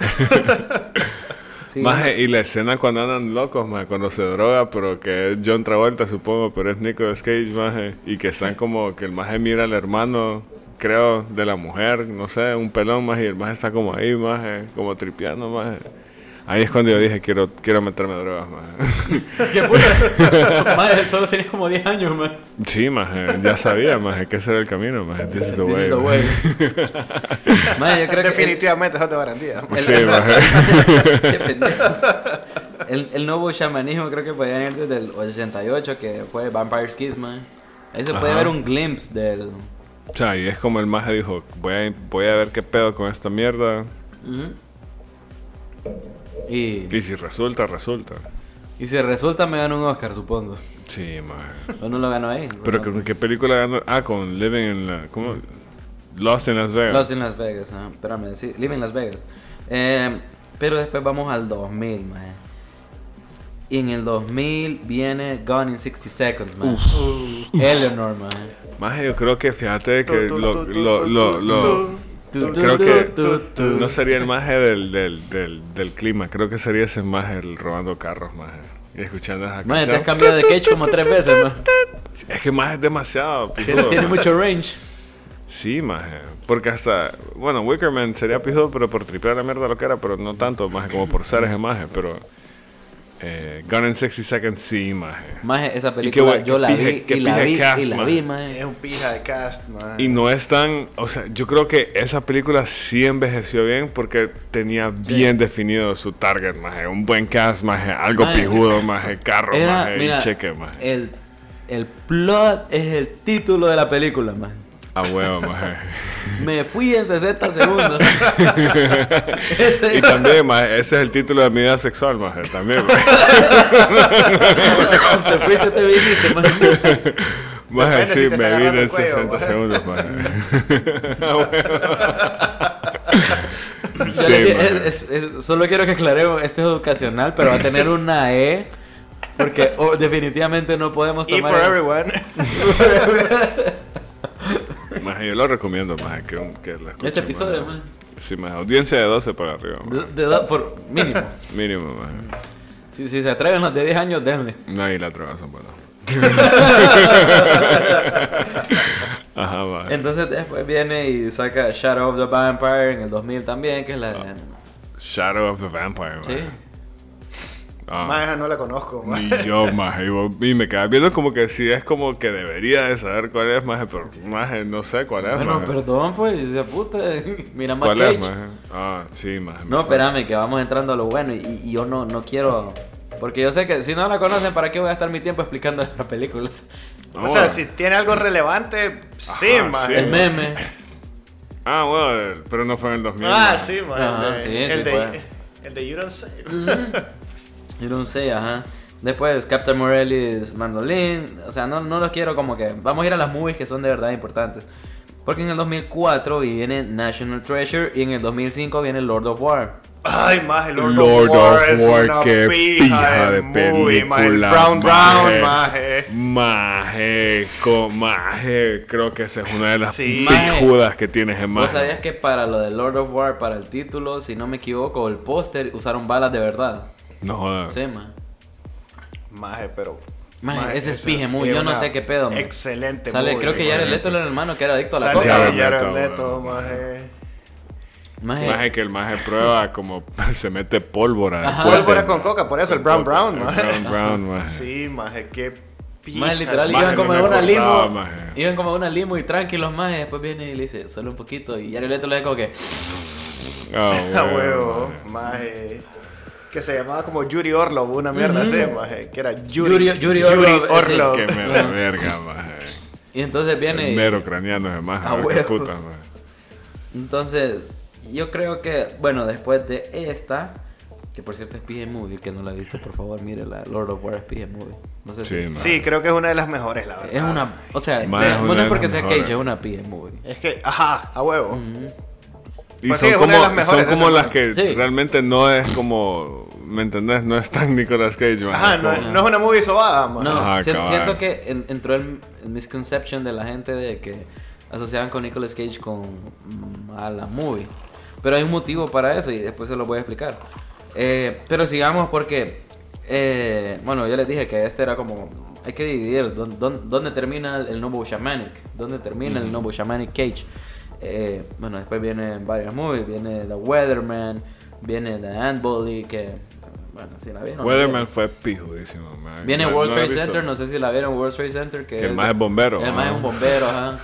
Sí, Maje, y la escena cuando andan locos, maje, cuando se droga, pero que es John Travolta, supongo, pero es Nicolas Cage, maje, y que están como, que el maje mira al hermano, creo, de la mujer, no sé, un pelón, maje, y el maje está como ahí, maje, como tripeando, maje. Ahí es cuando yo dije, quiero, quiero meterme drogas, maje. [laughs] ¿Qué puta? [laughs] Madre, solo tenés como 10 años, man. [laughs] Sí, maje, ya sabía, maje, que ese era el camino, maje, this is the This way. is the maje. way. [laughs] Madre, yo creo que. Definitivamente, eso te garantía. El- Sí, maje. [laughs] Qué pendejo. El, el nuevo chamanismo creo que podía venir desde el 88, que fue Vampire's Kiss, man. Ahí se puede Ajá. ver un glimpse del. O sea, y es como el maje dijo, voy a, voy a ver qué pedo con esta mierda. Ujú. Y, Y si resulta, resulta. y si resulta, me gano un Oscar, supongo. Sí, maje. O no lo ganó ahí. Pero no. ¿con qué película ganó? Ah, con Living in la... ¿Cómo? Lost in Las Vegas. Lost in Las Vegas, ajá. espérame, sí, Live in Las Vegas. Eh, pero después vamos al 2000, man. Y en el 2000 viene Gone in 60 Seconds, man. Eleanor, man. Maje, yo creo que fíjate que Tu, tu, lo... tu, lo, tu, lo, tu, lo- tu. Tu, tu, creo tu, que tu, tu. no sería el maje del, del, del, del clima. Creo que sería ese maje el robando carros, maje. Y escuchando esa Maje, te has canción. cambiado de cage como tres veces, man. Es que maje es demasiado. Tiene, pijudo, tiene maje. mucho range. Sí, maje. Porque hasta. Bueno, Wickerman sería pijudo, pero por tripear la mierda lo que era, pero no tanto, maje, como por ser ese maje. Pero. Eh, Gone in 60 Seconds, sí, eh. maje. Maje, esa qué película guay, yo qué la pije- vi qué y la pije vi cast, y la maje. vi, maje. Es un pija de cast, man. Y no es tan. O sea, yo creo que esa película sí envejeció bien porque tenía bien definido su target, maje. Un buen cast, maje. Algo Maje. pijudo, maje. Carro, eh, Era, maje. mira, eh, y cheque, eh. maje. el, el plot es el título de la película, maje. A huevo, eh. maje. Me fui en 60 [laughs] segundos. Ese- [laughs] y también, maje, ese es el título de mi vida sexual, maje. También, maje. te fuiste, te viniste, man. Maje, Depende si sí, te está me agarrando vine el en cuello, 60 maje. segundos, [laughs] maje. Yo le sí, di- maje. es- es- es- solo quiero que aclaremos, esto es educacional, pero va a tener una E. Porque oh, definitivamente no podemos Y tomar. E for everyone. Maje, yo lo recomiendo, maje, que, que la escuchen, Este episodio, maje. Sí, maje, audiencia de 12 para arriba, maje. De- [laughs] de do- por mínimo. Mínimo, maje. Si, si se atreven los de 10 años, [laughs] denle. No, y las drogas son [laughs] buenas. Ajá, maje. Entonces después viene y saca Shadow of the Vampire en el 2000 también, que es Ah, la... Shadow of the Vampire, Sí. maje. [laughs] Ah. Más esa no la conozco, [laughs] man. Ni yo, maje. Y, vos- y me quedas viendo como que sí es como que debería de saber cuál es, maje, pero maje, no sé cuál es, Bueno, maje. perdón, pues, se puta. [laughs] Mira más ah, ¿Cuál Cage. es, maje? Ah, sí, maje. No, me acuerdo. espérame, que vamos entrando a lo bueno y, y yo no, no quiero... Porque yo sé que si no la conocen, ¿para qué voy a estar mi tiempo explicando [laughs] las películas? Ah, O sea, bueno. si tiene algo relevante, sí, Ajá, man. sí. El meme. Ah, bueno, pero no fue en el 2000. Ah, maje. sí, man. Ajá, el, sí, de, sí el, de, fue. el de You Don't Say. Yo no sé, ajá. Después Captain Morellis, Mandolin. O sea, no, no los quiero como que... Vamos a ir a las movies que son de verdad importantes. Porque en el 2004 viene National Treasure y en el 2005 viene Lord of War. Ay, más el Lord, Lord of War, of es War, una qué pija de movie, maje. El película. Brown maje. Brown, maje. Maje, co- maje. Creo que esa es una de las Sí. pijudas que tienes en ¿Vos maje. sabías que para lo de Lord of War, para el título, si no me equivoco, el póster, usaron balas de verdad? No jodas. Sí, man. Maje, pero. Maje, ese es esa pije muy, es yo no una sé qué pedo, man. Excelente, Sale, movie, creo que ya era el maje. Leto era el hermano que era adicto a la Ya Sale coca. era que ya era el Leto, Leto, bueno. maje. Maje, Maje que el maje prueba como [laughs] se mete pólvora. al Ajá. cuate, Pólvora con maje. coca, por eso el Brown Brown, El maje. Brown Brown, [laughs] Oh, maje. Sí, maje, qué pija. maje, literal, Maje, iban no como me en una acordaba, limo. maje. Iban como en una limo y tranquilos, maje. Después viene y le dice, solo un poquito. Y Jared Leto le da como que, Ah, A huevo, huevo, maje. maje. Que se llamaba como Yuri Orlov, una mierda así, maje. Que era Yuri, Yuri- Yuri Orlov, sí. Orlov. Que me la verga, maje. y entonces viene. El y- mero ucraniano es maje. A a ver qué huevo. puta, maje. entonces, yo creo que, bueno, después de esta, que por cierto es PG Movie, que no la he visto, por favor, mírela. Lord of War es PG Movie. No sé Sí, si- ma. Sí, creo que es una de las mejores, la verdad. Es una. O sea, Ma, es no- una no de es porque las sea mejores. Cage, es una PG Movie. Es que, ajá, a huevo. Y Pues son sí, es una de como, las mejores, son como eso, las que Sí. realmente no es como, ¿me entendés? No es tan Nicolas Cage, man. Ajá, no, como- no es una movie sobada, man. No, Ajá, sien- cabal. siento que en- entró el, el misconception de la gente de que asociaban con Nicolas Cage con mala movie. Pero hay un motivo para eso y después se lo voy a explicar. Eh, pero sigamos porque, eh, bueno, yo les dije que este era como, hay que dividir dón- dón- dónde termina el Noble Shamanic, dónde termina el Noble Shamanic Cage. Eh, bueno, después vienen varias movies, viene The Weatherman, viene The Handbody, que, bueno, si la vieron. Weatherman fue pijudísimo, man. Viene No- no World lo he Trade visto. Center, no sé si la vieron, World Trade Center. Que, Que el maje es bombero, El ajá. más es un bombero, [laughs] ajá.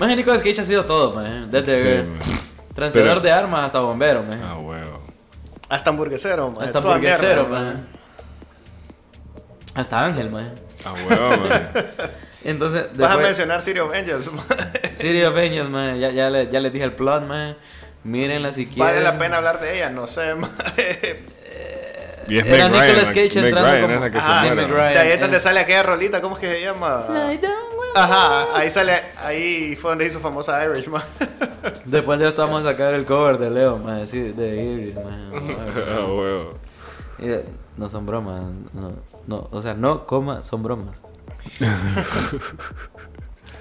Más Nicolas Cage ha sido todo, man. Desde Sí, man. transeador Pero- de armas hasta bombero, man. Ah, huevo. Hasta hamburguesero, man. hasta toda hamburguesero, mierda, man. Hasta Ángel, man. Ah, huevo, man. Entonces, Vas a después- mencionar City of Angels, man. City of Angels, man. Ya, ya, le- ya les dije el plot, man. Mírenla si quieren. Vale la pena hablar de ella, no sé, man. De Y es Era Meg Ryan, Nicolas la- Cage Meg entrando Ryan como- es la que Ah, sí, se Meg muere. Ryan. ahí es donde eh. sale aquella rolita, ¿cómo es que se llama? I don't want- Ah. Ajá, ahí sale, ahí fue donde hizo famosa Irish, man. Después de esto vamos a sacar el cover de Leo, man. Sí, de Iris, [laughs] man. Ah, huevo. Eh, No son bromas. No, no, o sea, no, coma, son bromas.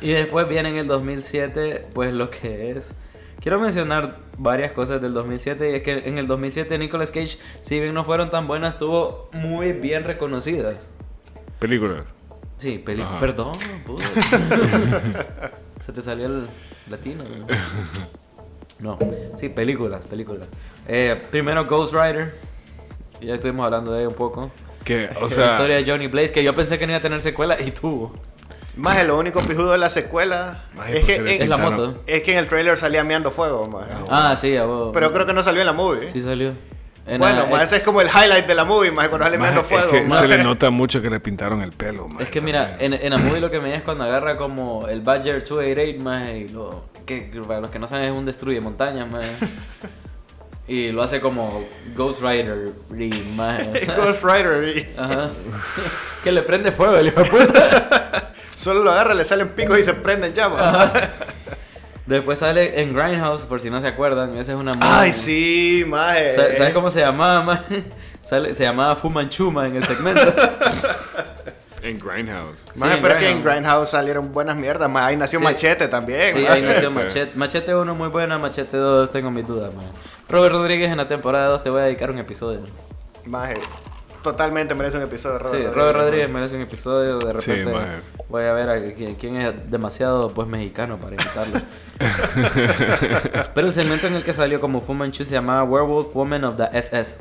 y después viene en el 2007, pues lo que es. Quiero mencionar varias cosas del 2007 y es que en el 2007 Nicolas Cage, si bien no fueron tan buenas, estuvo muy bien reconocidas. Películas. Sí, peli- Ajá. perdón, puto. Se te salió el latino. ¿no? No, sí, películas, películas. Eh, primero Ghost Rider. Ya estuvimos hablando de ella un poco. Que, [laughs] o la sea, historia de Johnny Blaze, que yo pensé que no iba a tener secuela y tuvo. [laughs] Más lo único pijudo de la secuela Maje, es que, ¿por qué le Es la quitaron? moto. es que en el trailer salía meando fuego, man. Ah, sí, a vos. Pero creo que no salió en la movie. Sí salió. En bueno, la- más es, ese es como el highlight de la movie, más cuando sale Maje, meando fuego. es que maje. se [laughs] le nota mucho que le pintaron el pelo, man. es que mira, en, en la movie lo que me es cuando agarra como el Badger 288 más y lo. Que que para los que no saben es un destruye montañas [laughs] más. Y lo hace como Ghost Rider más. [laughs] Ghost Rider y [laughs] Ajá. Que le prende fuego el hijo de puta. [laughs] solo lo agarra, le salen picos y se prenden ya, man. Después sale en Grindhouse, por si no se acuerdan, esa es una movie. Ay, sí, eh, maje. Sa- ¿Sabes cómo se llamaba, ma? [laughs] Sale- se llamaba Fumanchuma en el [laughs] segmento. En Grindhouse. Maje, Sí, en pero es que en Grindhouse. Grindhouse salieron buenas mierdas, maje. Ahí nació Sí. Machete también. Sí, maje. ahí nació Machete. Machete. Machete 1 muy buena, Machete 2 tengo mis dudas, man. Robert Rodríguez en la temporada 2 te voy a dedicar un episodio. Maje, eh, totalmente merece un episodio de Robert sí, Rodríguez. Robert Rodríguez merece un episodio, de Sí, repente maje. voy a ver a quién, quién es demasiado pues mexicano para invitarlo. Pero el segmento en el que salió como Fu Manchu se llamaba Werewolf Woman of the SS.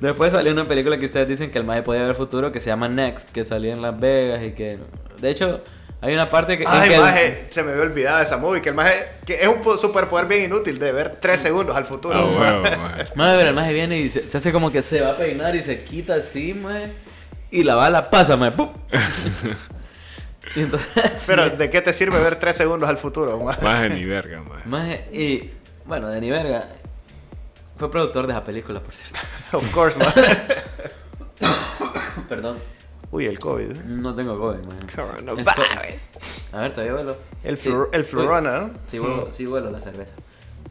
Después salió una película que ustedes dicen que el maje podía ver futuro que se llama Next, que salía en Las Vegas y que... De hecho, hay una parte que... en Ay, que el- maje, se me había olvidado esa movie. Que el maje, que es un po- superpoder bien inútil de ver tres segundos al futuro. Ah, maje. huevo, man. Madre, pero el maje viene y se, se hace como que se va a peinar y se quita así, mae. Y la bala pasa, mae. ¡pum! [laughs] y entonces. [laughs] Pero, ¿de qué te sirve ver tres segundos al futuro, maje? [laughs] Maje ni verga, man. Maje, y. Bueno, Denny Verga. Fue productor de esa película, por cierto. [laughs] Of course, maje. [laughs] Perdón. Uy, el COVID. ¿eh? No tengo COVID, maje. Coronavirus. A ver, todavía vuelo. El, Sí. flu- el Uy, flurona, ¿no? Oh, Sí vuelo, sí vuelo la cerveza.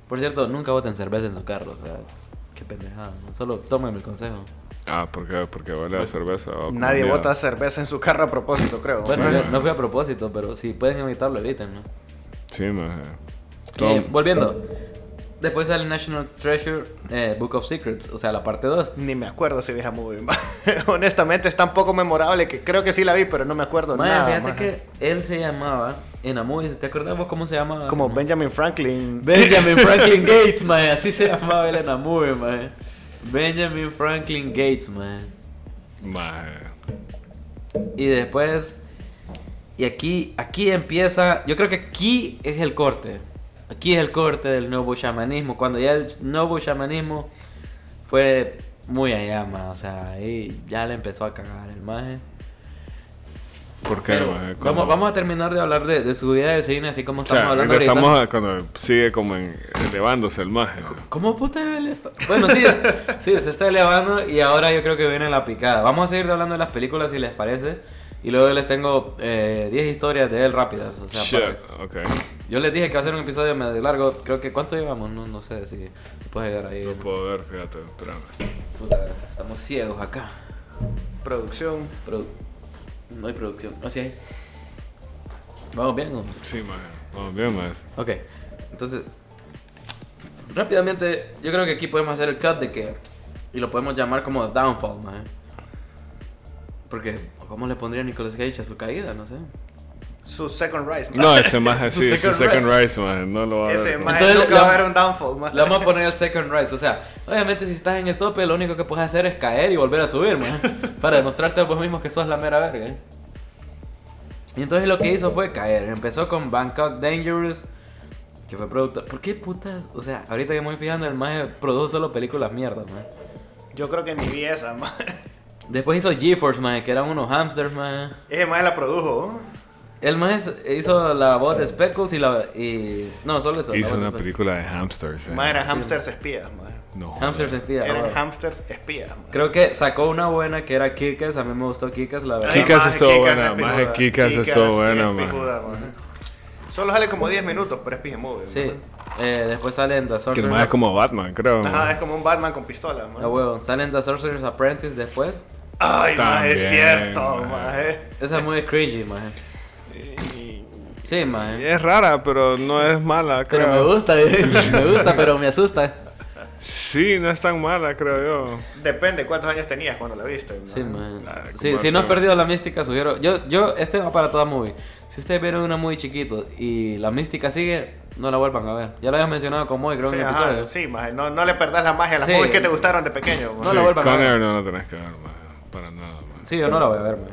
Por cierto, nunca boten cerveza en su carro, o sea. Qué pendejada, ¿no? Solo tomen el consejo. Ah, ¿por qué? Porque vale la cerveza. oh, o como Nadie miedo. bota cerveza en su carro a propósito, creo. Bueno, Sí, yo- maje. no fue a propósito, pero si pueden evitarlo, eviten, ¿no? Sí, maje. Eh, Tom. volviendo. Después sale National Treasure eh, Book of Secrets, o sea, la parte 2. Ni me acuerdo si vi esa movie. ma. [laughs] Honestamente es tan poco memorable que creo que sí la vi, pero no me acuerdo Madre, nada. fíjate ma. que él se llamaba en la movie, ¿te acordás vos cómo se llamaba? Como Benjamin Franklin. Benjamin Franklin Gates, man. Así se llamaba él en la movie, man. Benjamin Franklin Gates, man. Maje. Y después. Y aquí, aquí empieza. Yo creo que aquí es el corte. Aquí es el corte del nuevo chamanismo. Cuando ya el nuevo chamanismo fue muy allá, ma, O sea, ahí ya le empezó a cagar el maje. por qué, Pero maje, cuando- vamos, vamos a terminar de hablar de, de su vida de cine, así como O sea, estamos hablando ahorita ahorita. estamos a- cuando sigue como en- elevándose el maje. ¿no? ¿Cómo puta se ele- Bueno, sí, [laughs] es- sí, se está elevando y ahora yo creo que viene la picada. Vamos a seguir hablando de las películas si les parece. Y luego les tengo eh, 10 historias de él rápidas. O sea, Shit, aparte. ok. Yo les dije que va a ser un episodio medio largo. Creo que ¿cuánto llevamos? No, no sé si puedes llegar ahí. No puedo ver, fíjate, espérame. Puta, estamos ciegos acá. Producción. Produ- no hay producción. Así es. ¿Vamos bien? o? Sí, maje. Vamos bien, maje. Ok, entonces, rápidamente, yo creo que aquí podemos hacer el cut de que, y lo podemos llamar como downfall, man. Porque, ¿cómo le pondría Nicolas Cage a su caída? No sé. Su second rise. No, [laughs] ese maje Su sí, su second second rise, maje. No lo va a Ese ver. maje Entonces, nunca la- va a haber un downfall, maje. Le vamos a poner el second rise, o sea, obviamente si estás en el tope, lo único que puedes hacer es caer y volver a subir, man. Para demostrarte a vos mismos que sos la mera verga. ¿eh? Y entonces lo que hizo fue caer. Empezó con Bangkok Dangerous, que fue productor. ¿Por qué putas? O sea, ahorita que me voy fijando, el maje produjo solo películas mierdas, man. Yo creo que ni vi esa, maje. Después hizo GeForce, man, que eran unos hamsters, man. [laughs] Ese maje la produjo. El más hizo la voz de Speckles y la. Y... No, solo eso. la Hizo voz de una Speckles. película de hamsters. eh. Maje eran hamsters espías, maje. No. Hamsters eh. espía. Eran bueno. hamsters espías, maje. Creo que sacó una buena que era Kikas. A mí me gustó Kikas, la verdad. Kick- Kick-Ass Maje, estuvo Kick-Ass buena, es pijuda. maje, Kick-Ass estuvo es buena, maje. pijuda, maje. Solo sale como 10 minutos, pero es PG Movie. Sí. maje. Eh, después salen The Que el Sorcerer's maje es como Batman, creo. Ajá, maje. es como un Batman con pistola, Ah, maje. huevo. Salen The Sorcerer's Apprentice después. Ay, maje, es También, cierto, eh. maje. maje. Esa es muy cringy, maje. Sí, maje. Es rara, pero no es mala, creo. Pero me gusta, eh. me gusta, pero me asusta. Sí, no es tan mala, creo yo. Depende cuántos años tenías cuando la viste. maje. Sí, man. Ah, Sí, como si no has hacer- perdido la mística, sugiero. Yo, yo, este va para toda movie. Si ustedes vieron una movie chiquito y la mística sigue, no la vuelvan a ver. Ya lo habías mencionado con Moy, creo Sí, en el ajá, episodio. sí, maje, no, no le perdás la magia a las Sí. movies que te gustaron de pequeño. maje. No la Sí, vuelvan a ver. Connor no la tenés que ver, maje. Para nada, maje. Sí, yo no la voy a ver, man.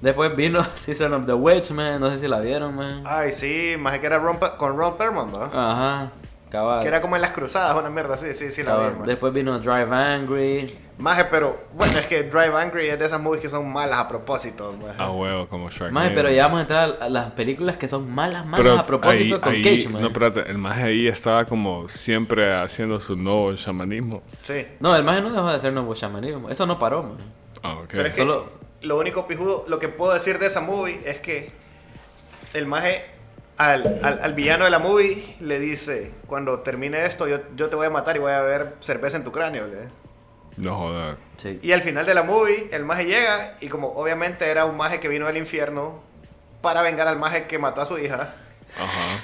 Después vino [laughs] Season of the Witch, man. No sé si la vieron, man. Ay, sí, maje, que era Ron Pe- con Ron Perlman, ¿no? Ajá, cabal. Que era como en las cruzadas, una mierda así, sí, sí, la Cabal. vi. maje. Después vino Drive Angry. Maje, pero bueno, es que Drive Angry es de esas movies que son malas a propósito, pues. maje. A huevo, como Shark. Maje, pero ya vamos a entrar a las películas que son malas, malas a propósito con Cage, man. No, espérate, el maje ahí estaba como siempre haciendo su nuevo chamanismo. Sí. No, el maje no dejó de hacer nuevo chamanismo. Eso no paró, man. Ah, ok. Pero es que Solo- lo único pijudo, lo que puedo decir de esa movie es que el maje al, al, al villano de la movie le dice, cuando termine esto yo, yo te voy a matar y voy a ver cerveza en tu cráneo. le. No jodas. Sí. Y al final de la movie el maje llega y como obviamente era un maje que vino del infierno para vengar al maje que mató a su hija. Ajá.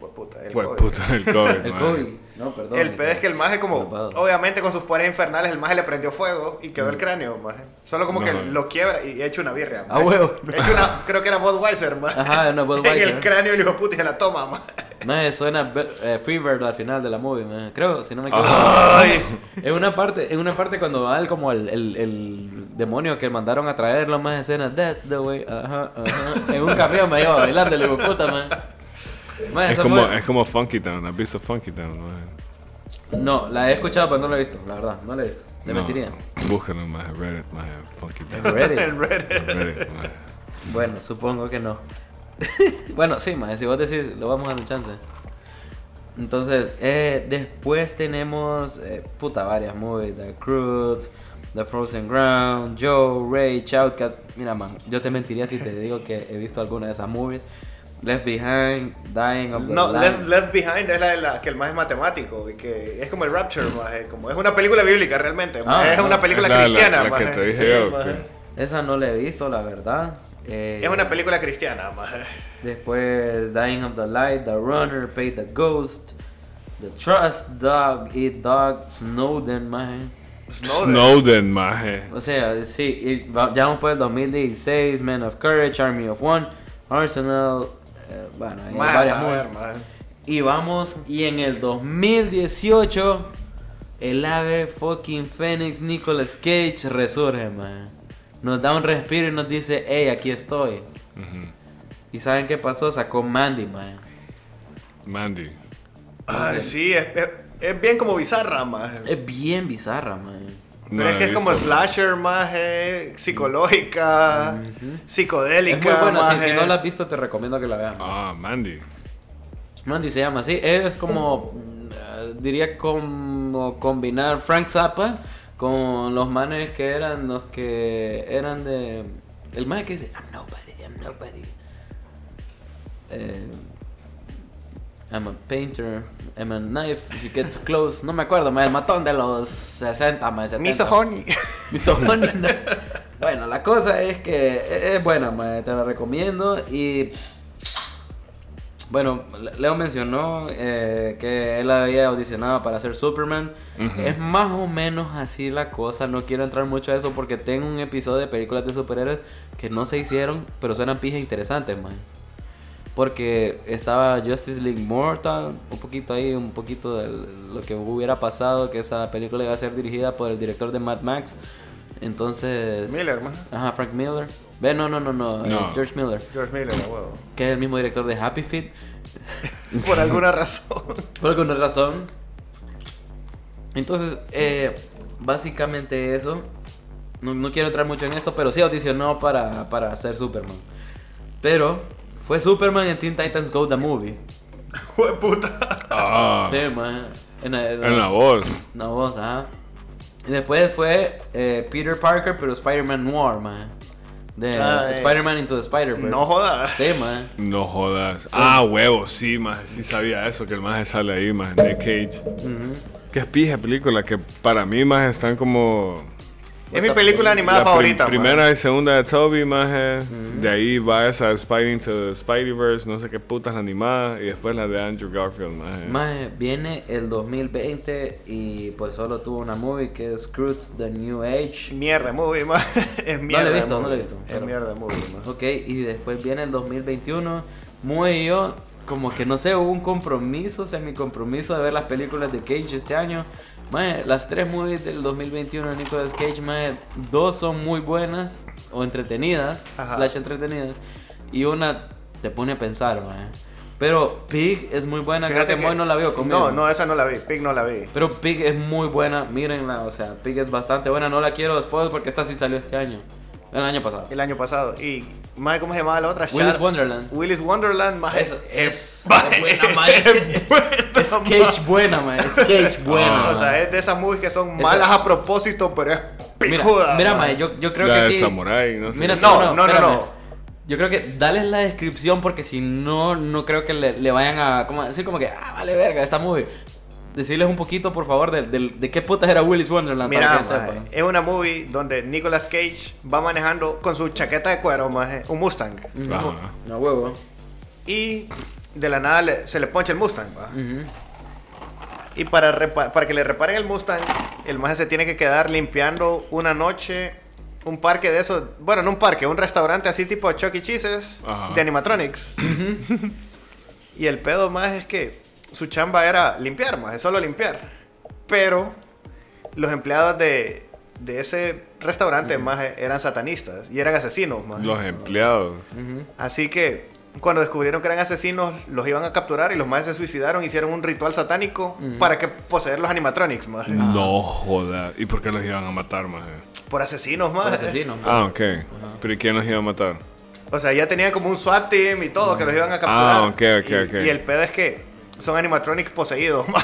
Pues puta, el Pues COVID. puta, el [laughs] COVID. El maje. COVID. No, perdón. El pedo es que el maje como, Malvado. obviamente con sus poderes infernales, el maje le prendió fuego y Mm. quedó el cráneo, maje. Solo como que No. lo quiebra y echa una birria. Ah, huevo. Echa una- creo que era Budweiser, maje. Ajá, una Budweiser. [laughs] En el cráneo el hijo de puta y se la toma, maje. Maje, suena Be- eh, Freebird al final de la movie, maje. creo, si no me equivoco. Ay. [laughs] [laughs] En una parte, en una parte cuando va el, como el, el, el demonio que mandaron a traerlo, más suena That's the way, ajá, ajá. En un camión me iba bailando, le digo, puta, man. Maje, Es esa como, fue- es como Funky Town, ¿has visto Funky Town? maje? No, la he escuchado, pero no la he visto, la verdad, no la he visto. Te No, mentiría. Búsquenlo, maje, Reddit, maje, Funky Town. Reddit. El Reddit. Reddit, maje. Bueno, supongo que no. [laughs] bueno, sí, maje, si vos decís, lo vamos a dar un chance. Entonces, eh, después tenemos, eh, puta, varias movies, The Croods, The Frozen Ground, Joe, Ray, Shoutcast. Mira, man, yo te mentiría si te digo que he visto alguna de esas movies. Left Behind, Dying of the No, Light. Left, Left Behind es la, de la que el maje es matemático y que es como el Rapture, maje. Como, es una película bíblica realmente, maje. Ah, es una no. película Es la- la- cristiana, la que maje. te dije Sí, yo, maje. que- Esa no la he visto, la verdad. Eh, Es una película cristiana, maje. Después, Dying of the Light, The Runner, Pay the Ghost, The Trust, Dog, Eat Dog, Snowden, man. Snowden. Snowden, maje. O sea, sí, y va- ya vamos por el 2016, Men of Courage, Army of One, Arsenal, eh, bueno, hay Maje, varias a movies. saber, maje. Y vamos, y en el 2018, el ave fucking Phoenix Nicolas Cage resurge, man. Nos da un respiro y nos dice, hey, aquí estoy. ¿Y saben qué pasó? Sacó Mandy, man. Mandy. Ay, sí, es, es- es bien como bizarra, maje. Es bien bizarra, man. No Pero es la que he es como visto. slasher, maje, psicológica, psicodélica, eh, Es muy bueno, si, maje. si no la has visto te recomiendo que la veas. Ah, Mandy. Mandy se llama así, es como, mm, eh, diría como combinar Frank Zappa con los manes que eran los que eran de... El man que dice, I'm nobody, I'm nobody. Eh, I'm a painter, I'm a knife, if you get too close. No me acuerdo, ma, el matón de los 60, más 70. Misohoni. [laughs] Misogonia, no. Bueno, la cosa es que e- es buena, mae, te la recomiendo. Y bueno, Le- Leo mencionó eh, que él había audicionado para ser Superman. Es más o menos así la cosa. No quiero entrar mucho a eso porque tengo un episodio de películas de superhéroes que no se hicieron, pero suenan pijas interesantes, man. Porque estaba Justice League Mortal, un poquito ahí, un poquito de lo que hubiera pasado, que esa película iba a ser dirigida por el director de Mad Max. Entonces... Miller, maje. Ajá, Frank Miller. Ve, no, no, no, no, eh, No. George Miller, George Miller, [laughs] a huevo. que es el mismo director de Happy Feet. Por alguna razón. [laughs] Por alguna razón. Entonces, eh, básicamente eso. No, no quiero entrar mucho en esto, pero sí audicionó para, para ser Superman. Pero fue Superman en Teen Titans Go The Movie. Jue puta. Ah, Sí, man. En, la- en la- en la voz. no, vos, ajá. Y después fue eh, Peter Parker, pero Spider-Man Noir, man. De Ah, eh. Spider-Man Into the Spider-Verse. No jodas. Sí, man. No jodas. Ah, huevo, sí, más sí sabía eso, que el más sale ahí, más Nick Cage. Ujú. Qué pija película, que para mí más están como Es mi película animada la prim- favorita. maje. primera y segunda de Toby, más de ahí va esa de Spidey into the Spideyverse, no sé qué putas la animada y después la de Andrew Garfield, más Mae, viene el 2020 y pues solo tuvo una movie que es Croods The New Age. Mierda movie, maje. [laughs] Es mierda. he visto, movie. no la he visto, Es pero- mierda movie, maje. Ok, y después viene el 2021. Muy y yo, como que no sé, hubo un compromiso, mi compromiso de ver las películas de Cage este año. Mae, las tres movies del 2021 de Nicolas Cage, mae, dos son muy buenas o entretenidas, Ajá. slash entretenidas, y una te pone a pensar, mae. Pero Pig es muy buena, creo que, Moy no la vio conmigo. No, no, esa no la vi. Pig no la vi. Pero Pig es muy buena, mírenla, o sea, Pig es bastante buena, no la quiero después porque esta sí salió este año, el año pasado. El año pasado. Y, maje, ¿cómo se llamaba la otra? Willis Char- Wonderland. Willis Wonderland, maje. Eso es, maje, es [laughs] buena, ma, es que- es Cage buena, ma, es [laughs] Cage buena. o ma. sea, es de esas movies que son Ah. Esa- malas a propósito, pero es mira, pijuda. mira, ma, maje. yo, yo creo La que de aquí- Samurai, no sé. Mira, No, no, no, no, espérame. no. Yo creo que dales la descripción porque si no, no creo que le, le vayan a como, decir como que, ah, vale verga, esta movie. Decirles un poquito, por favor, de, del- de qué putas era Willis Wonderland Mira, para que maje, sepan. es una movie donde Nicolas Cage va manejando con su chaqueta de cuero, maje, un Mustang. Ajá. No huevo. Y de la nada le- se le poncha el Mustang, va. Ujú. Y para, repa- para que le reparen el Mustang, el maje se tiene que quedar limpiando una noche un parque de esos, bueno, no un parque, un restaurante así tipo Chuck E. Cheese's Ajá. de animatronics. y el pedo más es que su chamba era limpiar, más, es solo limpiar. Pero los empleados de, de ese restaurante más eran satanistas y eran asesinos más. Los empleados. Ah. Así que cuando descubrieron que eran asesinos, los iban a capturar y los maestros se suicidaron, hicieron un ritual satánico para que poseer los animatronics, más. No jodas. ¿Y por qué los iban a matar, más Por asesinos, más. Por asesino. ma. Ah, ok. ¿Pero y quién los iba a matar? O sea, ya tenían como un SWAT team y todo, que los iban a capturar. Ah, ok, ok, y, ok. Y el pedo es que son animatronics poseídos, [laughs] más.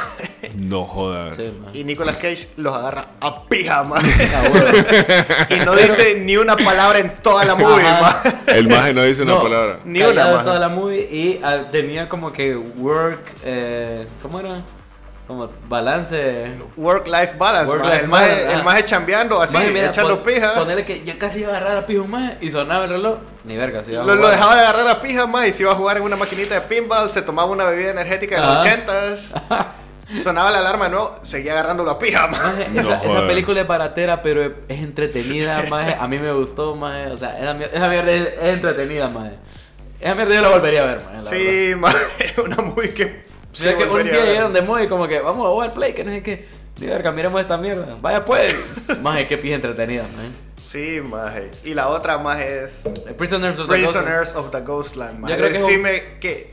No jodas. Sí, ma. Y Nicolas Cage los agarra a pija, más. [laughs] Ah, huevo. y no dice ni una palabra en toda la movie, Ajá. más. El maje no dice una No. palabra. Ni una, Callado maje. toda la movie y ah, tenía como que work, eh, ¿cómo era? Como balance. Work-life balance, Work maje. life el maje- balance, El ajá. maje chambeando así, Maje, mira, echando pon- Ah, pija. Ponerle que ya casi iba a agarrar a pijo más y sonaba el reloj. Ni verga, se iba a Lo, lo jugar. dejaba de agarrar a pija más y se iba a jugar en una maquinita de pinball, se tomaba una bebida energética de Ajá. los ochentas, [laughs] sonaba la alarma de nuevo, seguía agarrando la pija más. Maje, No esa, esa jodas. película es baratera, pero es es entretenida, maje. A mí me gustó, maje. O sea, esa, mier- esa mierda es, es entretenida, maje. Esa mierda yo la volvería a ver, maje. la verdad. [laughs] Sí, más, una movie que... O sea, sí que un volvería día a ver. llegaron de moda y como que vamos a jugar play, que no sé qué. Ni verga, miremos esta mierda. Vaya [laughs] pues. maje, qué pija entretenida, maje. Sí, más. Y la otra más es Prisoners of the Ghost. Prisoners of the Ghostland, más. Yo creo que es un- Decime que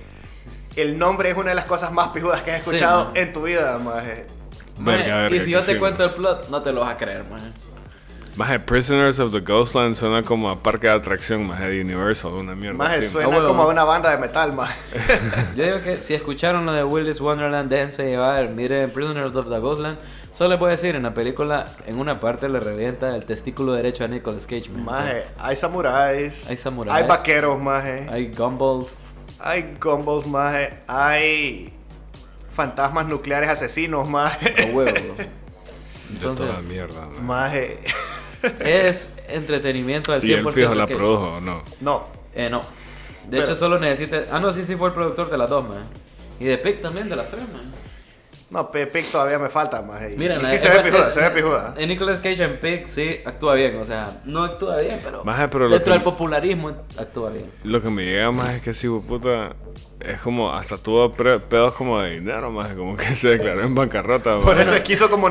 el nombre es una de las cosas más pijudas que has Sí, escuchado maje. en tu vida, más. Maje, Verga, verga, y si yo que te sí, cuento el plot, no te lo vas a creer, maje. Maje, Prisoners of the Ghostland suena como a parque de atracción, maje, de Universal, una mierda. Maje, así, suena Ah, huevo. como a una banda de metal, maje. Yo digo que si escucharon lo de Willis Wonderland, déjense llevar, miren Prisoners of the Ghostland. Solo les voy a decir, en la película, en una parte le revienta el testículo derecho a Nicolas Cage, maje. Maje, hay samuráis. Hay samuráis. Hay vaqueros, maje. Hay gumballs. Hay gumbos, maje. Hay fantasmas nucleares asesinos, maje. [laughs] A huevo. bro. De Entonces, toda mierda, maje. Maje. es entretenimiento al 100%. Y él fijo la que- produjo, ¿o no? No. Eh, no. De Pero- hecho, solo necesita. Ah, no, sí, sí, fue el productor de las dos, man. Y de Pick también, de las tres, man. No, Pe- Pic todavía me falta, maje. Y- Miren, y eh, sí se eh, ve pijuda, eh, se ve pijuda. En Nicolas Cage en Pick sí actúa bien, o sea, no actúa bien, pero. Maje, pero lo dentro que- del popularismo actúa bien. Lo que me llega más es que si puta es como hasta tuvo pre- pedos como de dinero, más como que se declaró en bancarrota. Por maje. eso es que hizo como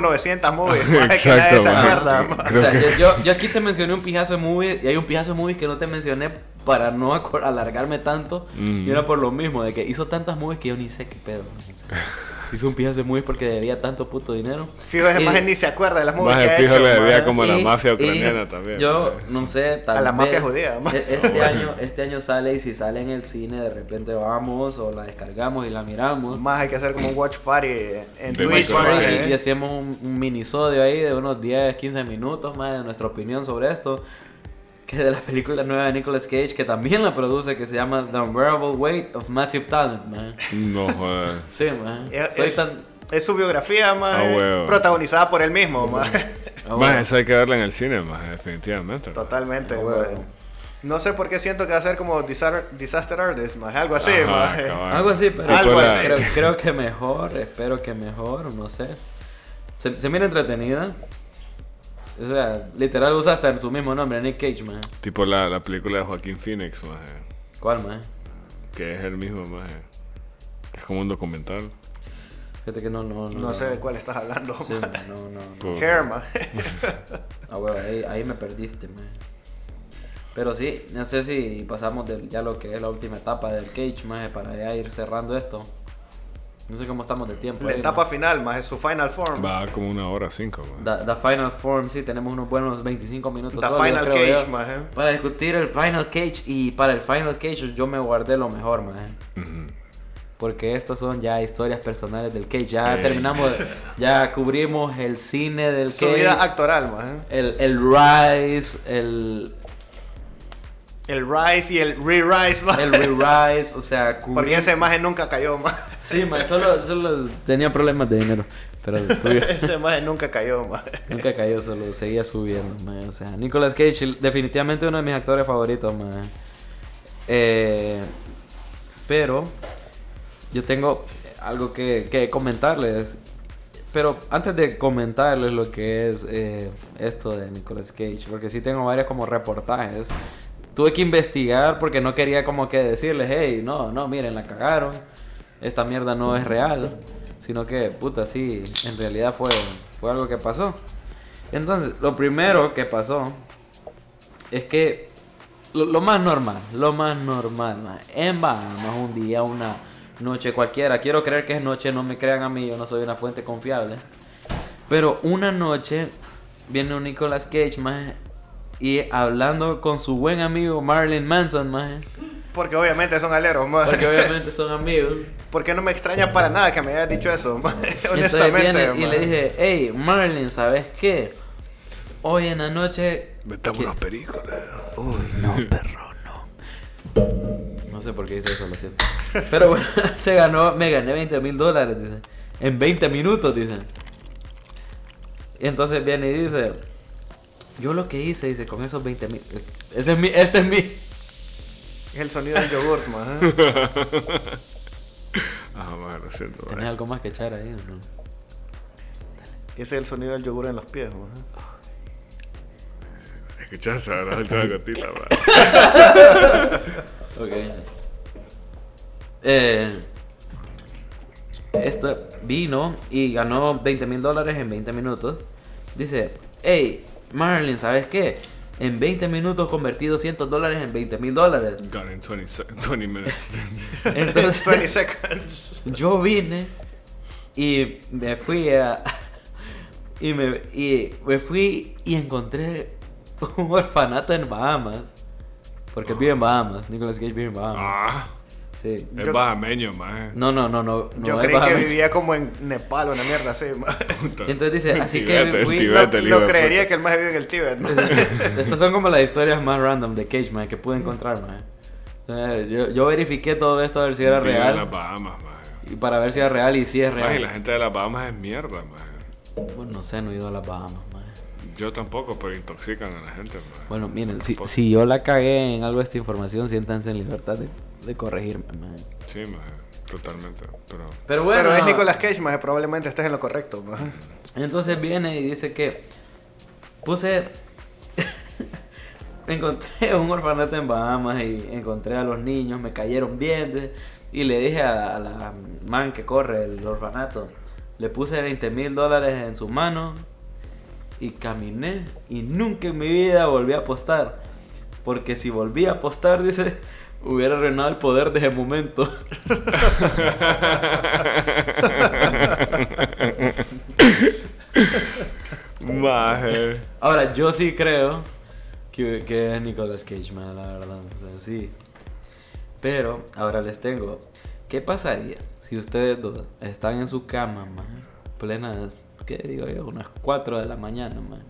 [laughs] 900 movies, maje, que nadie Exacto, se maje. acuerda, maje. Creo o sea, que- yo- yo, yo aquí te mencioné un pijazo de movies y hay un pijazo de movies que no te mencioné para no acor- alargarme tanto. Mm. Y era por lo mismo, de que hizo tantas movies que yo ni sé qué pedo. man. O sea, [laughs] hizo un pijazo de movies porque debía tanto puto dinero. Fijo, ese Y- maje ni se acuerda de las movies Maje, que ha fijo, hecho, le debía maje. como a la Y- mafia y ucraniana también. Yo Sí. no sé, tal A la vez- mafia judía, ma. e- Este año, este año sale y si sale en el cine, de repente vamos o la descargamos y la miramos. Más hay que hacer como un watch party en- en De Twitch. Y, Michael maje. Jackson. y hacíamos un, un minisodio ahí de unos 10, 15 minutos más de nuestra opinión sobre esto. Que de la película nueva de Nicolas Cage, que también la produce, que se llama The Unbearable Weight of Massive Talent, man. No, joder. Sí, man. Es, Soy Eh, es- tan. es su biografía, más Ah, huevo. protagonizada por él mismo, más Ah, Maje, bueno. eso hay que verla en el cine, maje, definitivamente. maje. Totalmente, Ah, huevo. maje. No sé por qué siento que va a ser como Disar- Disaster Artist, más algo así, Ajá, maje. cabal. Algo así, pero Algo creo- así. Creo, creo que mejor, espero que mejor, no sé. Se, se mira entretenida. O sea, literal usa hasta en su mismo nombre, Nick Cage, man. Tipo la, la película de Joaquín Phoenix, maje, ¿Cuál, man? que es el mismo, maje. Que es como un documental. Fíjate que no, no, no. No sé de cuál estás hablando, Sí, maje. man, no, no. no. Puta. [laughs] Hair, maje. Ah, huevo, ahí, ahí me perdiste, man. Pero sí, no sé si pasamos del- ya lo que es la última etapa del Cage, man, para ya ir cerrando esto. No sé cómo estamos de tiempo. eh, La ahí, etapa maje. final, más es su final form. Va como una hora cinco, maje. The, the Final Form, sí, tenemos unos buenos 25 minutos. The sólidos, Final creo Cage, yo, maje. Para discutir el Final Cage y para el Final Cage yo me guardé lo mejor, maje. Ujú. Porque estas son ya historias personales del Cage. Ya Ey. terminamos, ya cubrimos el cine del Su Cage. vida actoral, maje. El, el Rise, el, El Rise y el Re-Rise, [laughs] maje. el Re-Rise, o sea, [laughs] Porque cubrimos... ese maje nunca cayó, maje. Sí, maje, solo, solo tenía problemas de dinero. Pero [laughs] subió. Ese maje nunca cayó, maje. Nunca cayó, solo seguía subiendo, man. O sea, Nicolas Cage, el- definitivamente uno de mis actores favoritos, man. Eh, pero yo tengo algo que, que comentarles. Pero antes de comentarles lo que es eh, esto de Nicolas Cage, porque sí tengo varios como reportajes, tuve que investigar porque no quería como que decirles, hey, no, no, miren, la cagaron, esta mierda no es real, sino que, puta, sí, en realidad fue, fue algo que pasó. Entonces, lo primero que pasó es que lo, lo más normal, lo más normal, ma, en Bahamas, un día, una noche cualquiera, quiero creer que es noche, no me crean a mí, yo no soy una fuente confiable. Pero una noche viene un Nicolas Cage, más y hablando con su buen amigo Marilyn Manson, más Porque obviamente son aleros, maje. porque obviamente son amigos. [laughs] Porque no me extraña para nada que me hayas dicho eso, ma. Y entonces honestamente. viene y ma. le dije, hey, Marilyn, ¿sabes qué? Hoy en la noche Metamos unos pericos, Leo. Uy, [laughs] no, perro, no. No sé por qué hice eso, lo siento. Pero bueno, [laughs] se ganó, me gané 20 mil dólares, dice. En 20 minutos, dice. Y entonces viene y dice, yo lo que hice, dice, con esos 20 mil, es- ese es mi, este es mi, Es el sonido del yogurt, ma. Ajá, maje, Ah, lo siento, maje. ¿Tenés algo más que echar ahí o no? Ese es el sonido del yogur en los pies, ma. Escuchaste, ahora el cotila, maje. Ok. Eh, esto vino y ganó 20 mil dólares en 20 minutos. Dice, hey, Marilyn, ¿sabes qué? En 20 minutos convertí 200 dólares en 20 mil [laughs] dólares. Gone in 20, sec- [laughs] 20 minutes. [laughs] Entonces, 20 seconds. yo vine y me fui a, [laughs] Y me, y me fui y encontré un orfanato en Bahamas. Porque él vive en Bahamas. Nicolas Cage vive en Bahamas. Ah, Sí. es Yo- bajameño, maje. No, no, no, no. no Yo es creí que Bahamas. vivía como en Nepal o una mierda así. [laughs] ma. Y entonces dice, En así Tibete, que en fui... Tibete. Vete, el hijo no de creería puta. que el más vive en el Tíbet. [laughs] ma. [laughs] Estas son como las historias más random de Cage, man, que pude encontrar, man. Eh, Yo, yo verifiqué todo esto a ver si era Vive en real. las Bahamas, maje. Y para ver si era real y si es Maje, y la real. gente de las Bahamas es mierda, maje. Bueno, no sé, no he ido a las Bahamas, man. Yo tampoco, pero intoxican a la gente, maje. Bueno, miren, si, Pues- si yo la cagué en algo esta información, siéntanse en libertad de, de corregirme, man. Sí, maje, totalmente. [laughs] Pero Pero bueno. Pero es Nicolas Cage, más probablemente estés en lo correcto. ma. Entonces viene y dice que puse... [laughs] encontré un orfanato en Bahamas y encontré a los niños, me cayeron bien. dice, Y le dije a, a la man que corre el orfanato, le puse 20 mil dólares en sus manos y caminé. Y nunca en mi vida volví a apostar. Porque si volví a apostar, [laughs] dice, hubiera arruinado el poder de ese momento. Maje. Ahora, yo sí creo que, que es Nicolas Cage, man, la verdad. o sea, sí. Pero, ahora les tengo. ¿Qué pasaría si ustedes dos están en su cama, man? Plenas, ¿qué digo yo? Unas 4 de la mañana, man.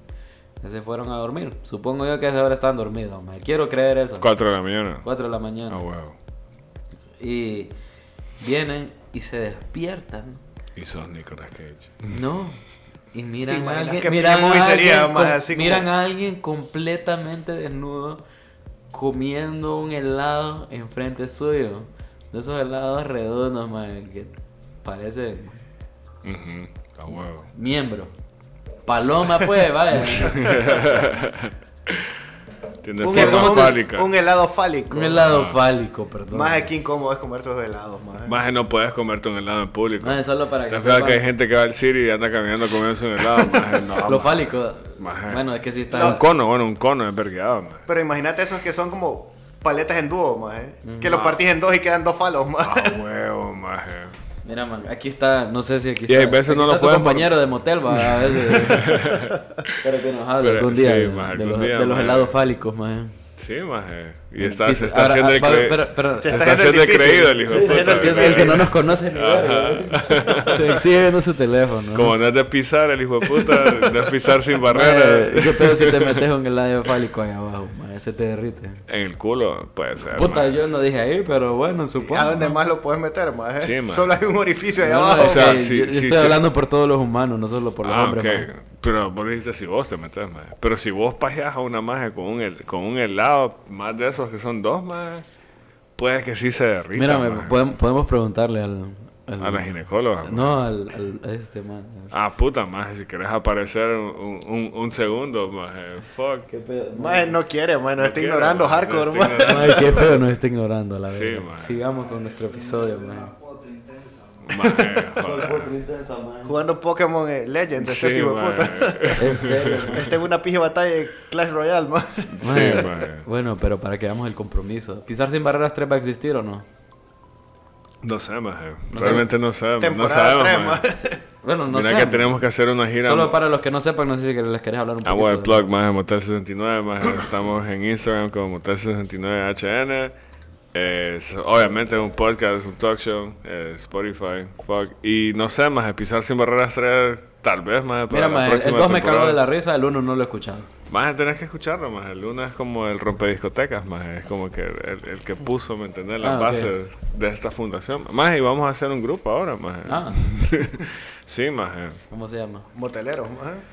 Ya se fueron a dormir. Supongo yo que a esa hora están dormidos, man. Quiero creer eso. 4 de la mañana. 4 de la mañana. Ah, huevo. Y vienen y se despiertan. Y sos Nicolas Cage. No. Y miran a imaginas alguien, qué miran, movie a sería, alguien más com- así como- miran a alguien completamente desnudo comiendo un helado enfrente suyo. De esos helados redondos, man, que parecen Ujú, A huevo. miembro. Paloma, [laughs] pues, vaya. Tiene Un, ¿Qué, forma cómo te- fálica. un helado fálico. un helado Ah. fálico, perdón. Más aquí incómodo es comer esos helados. ma. Maje, no puedes comerte un helado en público. Maje, solo para que La verdad sepan. que hay gente que va al Siri y anda caminando comiéndose un helado. [laughs] Maje, no, Lo maje. fálico. Maje. Bueno, es que sí está. Un cono, bueno, un cono es vergueado, maje. Pero imagínate esos que son como paletas en dúo, más, Mm. que los partís en dos y quedan dos falos. más. [laughs] A Ah, huevo, maje. Mira, man, aquí está, no sé si aquí Y está. hay veces aquí no lo está tu pueden por- compañero de motel, va, a veces. [laughs] Espero que nos hable Pero- algún día. sí, de, man, de algún los, día, de los man. helados fálicos, man. Sí, maje. Y está, Quis- se está ahora, haciendo ah, el pero- cre- pero- pero- se Se está está haciendo haciendo el el creído el hijo difícil. de puta. Sí, está haciendo el que ¿verdad? no nos conoce ni verga, güey. Sigue viendo su teléfono. Como no es de pisar el hijo de puta, no es pisar sin Eh, barrera. ¿Qué pedo si te metes un helado fálico ahí abajo, man? Se te derrite. En el culo, puede ser. Puta, maje. yo no dije ahí, pero bueno, supongo. ¿A dónde más lo puedes meter, más? Sí, ma. Solo hay un orificio ahí No, no, abajo. es o sea, que sí, yo, yo sí, estoy sí. hablando por todos los humanos, no solo por los Ah, hombres, ok. Pero vos dijiste si vos te metes, maje. Pero si vos pajeas a una maje con un, hel- con un helado, más de esos que son dos, maje, puede que sí se derrita. Mira, maje. podemos, podemos preguntarle al, al- A la ginecóloga. maje. No, al, al- a este man. Ah, puta, maje, si querés aparecer un, un- un segundo, maje. Fuck. ¿Qué pedo? Maje, no quiere, man. Nos está quiero, ignorando maje, hardcore, está ma. ignorando. Ay, qué feo nos está ignorando, la Ah. Sí, verdad. man. Sigamos con nuestro episodio, man. Maje, joder. Jugando Pokémon eh, Legends, este Sí, tipo de puta. maje. En [laughs] serio, man. [laughs] Este es una pija batalla de Clash Royale, man. Man, maje. Bueno, pero para que veamos el compromiso. ¿Pisar sin barreras 3 va a existir o no? No sé, maje. Realmente no sabemos. no Temporada sabemos, 3, maje. man. Bueno, no Mira sé. que tenemos que hacer una gira. Solo para los que no sepan, no sé si les querés hablar un poquito. Agua de de- plug, más Motel 69, más estamos en Instagram como Motel 69HN. Eh, es- obviamente es un podcast, un talk show, eh, Spotify, fuck. Y no sé, más pisar sin barreras 3, tal vez, más Mira, man, el 2 me cagó de la risa, el 1 no lo he escuchado. Más tenés que escucharlo, más el uno es como el rompediscotecas, más es como que el, el que puso, ¿me entendés? Las Ah, ok. bases de esta fundación. Más y vamos a hacer un grupo ahora, más. Ah. [laughs] sí, más. ¿Cómo se llama? Moteleros, man. [laughs]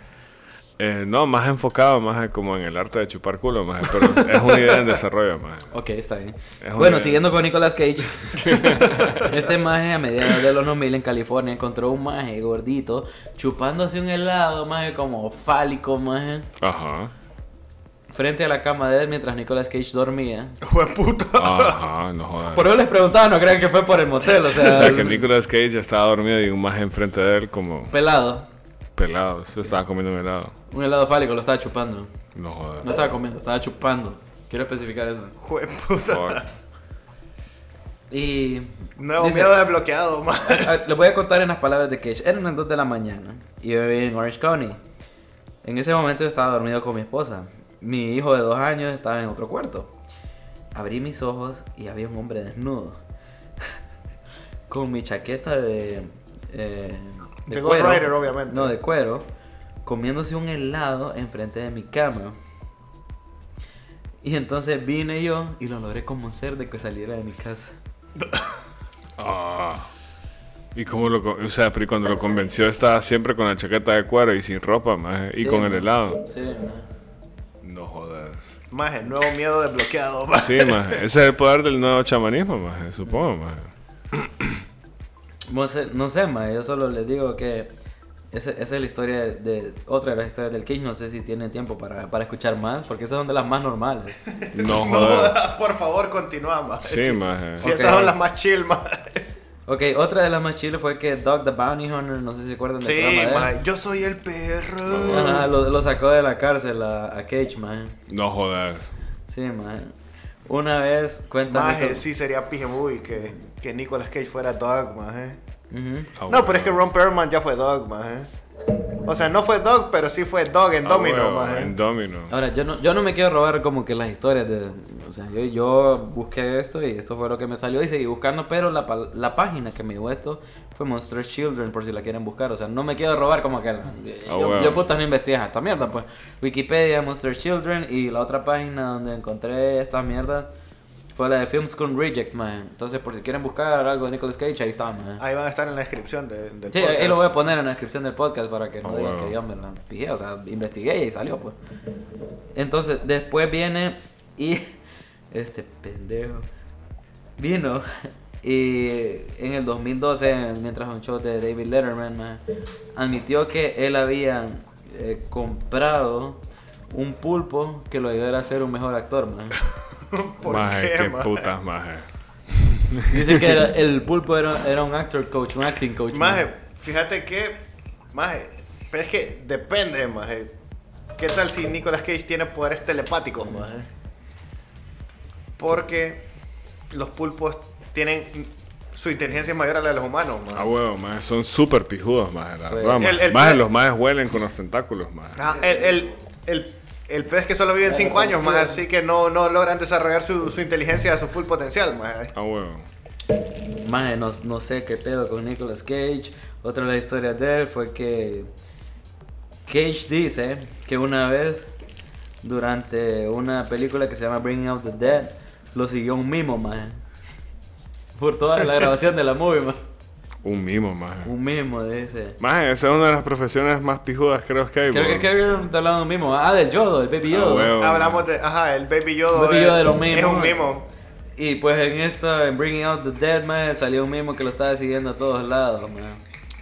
Eh, no, más enfocado, más como en el arte de chupar culo, más. Pero es una idea en desarrollo, más. Ok, está bien. Es bueno, una- siguiendo con Nicolas [laughs] Cage. este maje a mediados de los 2000 en California encontró un maje gordito chupándose un helado, maje como fálico, maje, Ajá. frente a la cama de él mientras Nicolas Cage dormía. Jue puta. Ajá, no jodas. Por eso les preguntaba, no crean que fue por el motel, o [laughs] O sea, sea, que Nicolas Cage estaba dormido y un más enfrente de él como pelado. pelado. Se estaba comiendo un helado. Un helado fálico lo estaba chupando. No No jodas. estaba comiendo, estaba chupando. Quiero especificar eso. Jue puta. Fuck. Y. Nuevo dice, miedo desbloqueado, man. [laughs] Ah, Les voy a contar en las palabras de Cage. Eran las 2 de la mañana y yo vivía en Orange County. En ese momento yo estaba dormido con mi esposa. Mi hijo de dos años estaba en otro cuarto. Abrí mis ojos y había un hombre desnudo. [laughs] con mi chaqueta de. eh, De Ghost Rider, obviamente. No, de cuero. Comiéndose un helado enfrente de mi cama. Y entonces vine yo y lo logré convencer de que saliera de mi casa. Ah. Y como lo, co- o sea, pero cuando lo convenció estaba siempre con la chaqueta de cuero y sin ropa, maje, y Sí, con maje. el helado. Sí, ¿no? No jodas. Maje, nuevo miedo desbloqueado, man. Sí, maje, ese es el poder del nuevo chamanismo, maje, supongo, maje. No sé, no sé, ma, yo solo les digo que ese- esa es la historia de, de- otra de las historias del King. No sé si tienen tiempo para, para escuchar más, porque esas son de las más [laughs] normales. No [laughs] No, jodas. por favor, continúa, man. Sí, maje. Si Ok. esas son las más chill, man. Ok, otra de las más chiles fue que Dog the Bounty Hunter, no sé si se acuerdan del Sí, programa de él. man. Yo soy el perro. eh? Ajá, lo, lo sacó de la cárcel a, a Cage, man. No jodas. Sí, man. Una vez, cuéntame. Maje, sí sería pije movie que, que Nicolas Cage fuera Dog, maje. Ujú. Ah, no, pero es que bueno. Ron Perlman ya fue Dog, maje. O sea, no fue Dog, pero sí fue Dog en Ah, Domino, bueno, maje. En Domino. Ahora, yo no, yo no me quiero robar como que las historias de... O sea, yo, yo busqué esto y esto fue lo que me salió y seguí buscando, pero la, pa- la página que me dio esto fue Monster Children, por si la quieren buscar. O sea, no me quiero robar como que... yo, bueno. yo putas no investigué esta mierda, pues. Wikipedia, Monster Children y la otra página donde encontré esta mierda fue la de Films con Reject, man. Entonces, por si quieren buscar algo de Nicolas Cage, ahí está, man. Ahí van a estar en la descripción de, del Sí, podcast. ahí lo voy a poner en la descripción del podcast para que no Ah, digan bueno. que yo me la pijé, o sea, investigué y salió, pues. Entonces, después viene y [laughs] este pendejo vino y en el 2012, mientras un show de David Letterman, ma, admitió que él había eh, comprado un pulpo que lo ayudara a ser un mejor actor, man. ¿Por Maje, qué, qué maje? putas, maje. Dice que era- el pulpo era, era un actor coach, un acting coach. ma. Maje, fíjate que. Maje, pero es que depende, maje. ¿Qué tal si Nicolas Cage tiene poderes telepáticos, maje? Porque los pulpos tienen. Su inteligencia es mayor a la de los humanos, maje. Ah, huevo, maje. Son súper pijudos, maje. La Sí. verdad, maje. El- el- Maje, los majes huelen con los tentáculos, maje. Ah, el, el, el, el pez que solo vive en 5 años, maje, así que no, no logran desarrollar su, su inteligencia a su full potencial, maje. Ah, huevo. Maje, no, no sé qué pedo con Nicolas Cage. Otra de las historias de él fue que Cage dice que una vez, durante una película que se llama Bringing Out the Dead, lo siguió un mimo, maje. Por toda la grabación de la movie, maje. Un mimo, maje. Un mimo, dice. Maje, esa es una de las profesiones más pijudas, creo que hay, Creo que huevo. creo que te hablando de un mimo. Ah, del Yodo, el Baby Ah, Yodo. huevo. Hablamos de. Ajá, el Baby Yoda. Baby es- Yoda de los Es mimos. un mimo. Y pues en esta, en Bringing Out the Dead, maje, salió un mimo que lo estaba siguiendo a todos lados, maje.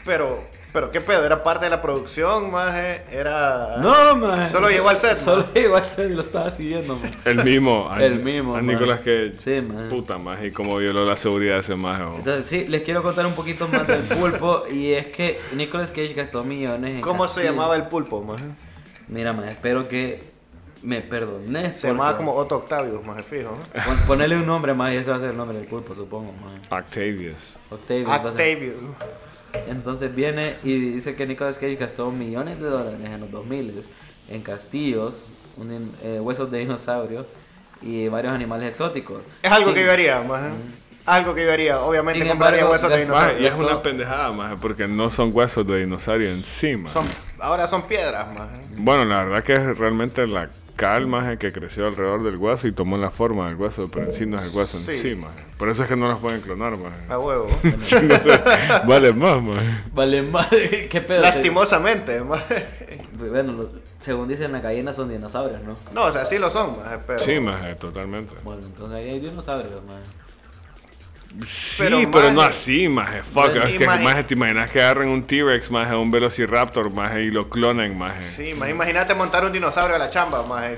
Pero, pero qué pedo, era parte de la producción, maje, era... No, maje. Ah. Solo llegó al set, maje. Solo llegó al set y lo estaba siguiendo, maje. El mimo. a- El mimo, A maje. Nicolas Cage. Sí, maje. Puta, maje. Y cómo violó la seguridad de ese oh. maje, huevo. Entonces, sí, les quiero contar un poquito más del pulpo. Y es que Nicolas Cage gastó millones en. ¿Cómo se llamaba el pulpo, maje? Mira, más, espero que me perdones. Se llamaba porque- como Otto Octavius, maje, fijo. ¿no? Pon- Ponele un nombre más y ese va a ser el nombre del pulpo, supongo, más. Octavius. Octavius. va a ser- Octavius. Entonces viene y dice que Nicolas Cage gastó millones de dólares en los 2000 en castillos, un din- eh, huesos de dinosaurio y varios animales exóticos. Es algo que Sin- yo haría, maje. Algo que yo haría, obviamente Sin compraría embargo, huesos de gastó- dinosaurio. Maje, y es gastó- una pendejada, maje, porque no son huesos de dinosaurio encima. Son- ahora son piedras, maje. Bueno, la verdad que es realmente la calma que creció alrededor del hueso y tomó la forma del hueso, pero en sí no es el hueso Sí. encima. Por eso es que no los pueden clonar, maje. A huevo. [laughs] [laughs] No sé, vale más, maje. Vale, [laughs] madre, qué pedo. Lastimosamente, maje. Bueno, lo- según dicen, las gallinas son dinosaurios, ¿no? No, o sea, sí lo son, maje, pero... Sí, maje, totalmente. Bueno, entonces ahí hay dinosaurios, man. Sí, pero, Pero, no maje. así, maje. Fuck, Bueno, es que, imagi- maje, te imaginas que agarren un T-Rex, maje, un Velociraptor, maje, y lo clonen, maje. Sí, maje, imagínate montar un dinosaurio a la chamba, maje.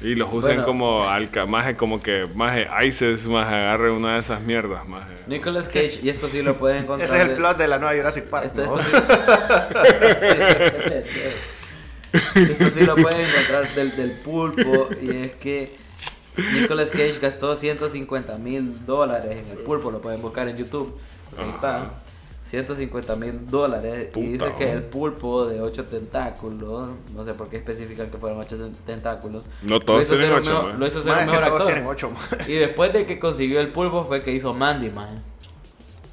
Y los usen Bueno. como alca, maje, como que, maje, ISIS, maje, agarre una de esas mierdas, maje. Nicolas Cage, y esto sí lo pueden encontrar. [laughs] Ese es el de- plot de la nueva Jurassic Park, Esto, ¿no? esto sí. este [laughs] esto sí lo pueden encontrar del, del pulpo, y es que Nicolas Cage gastó 150 mil dólares en el pulpo, lo pueden buscar en YouTube. porque Ah. Ahí está. 150 mil dólares. Puta, y dice que ¿no? el pulpo de 8 tentáculos, no sé por qué especifican que fueron 8 tentáculos. No todos lo hizo tienen ser un ocho, mejor- man. Lo hizo ser Más un es que mejor todos actor. tienen ocho, man. Y después de que consiguió el pulpo fue que hizo Mandy, man.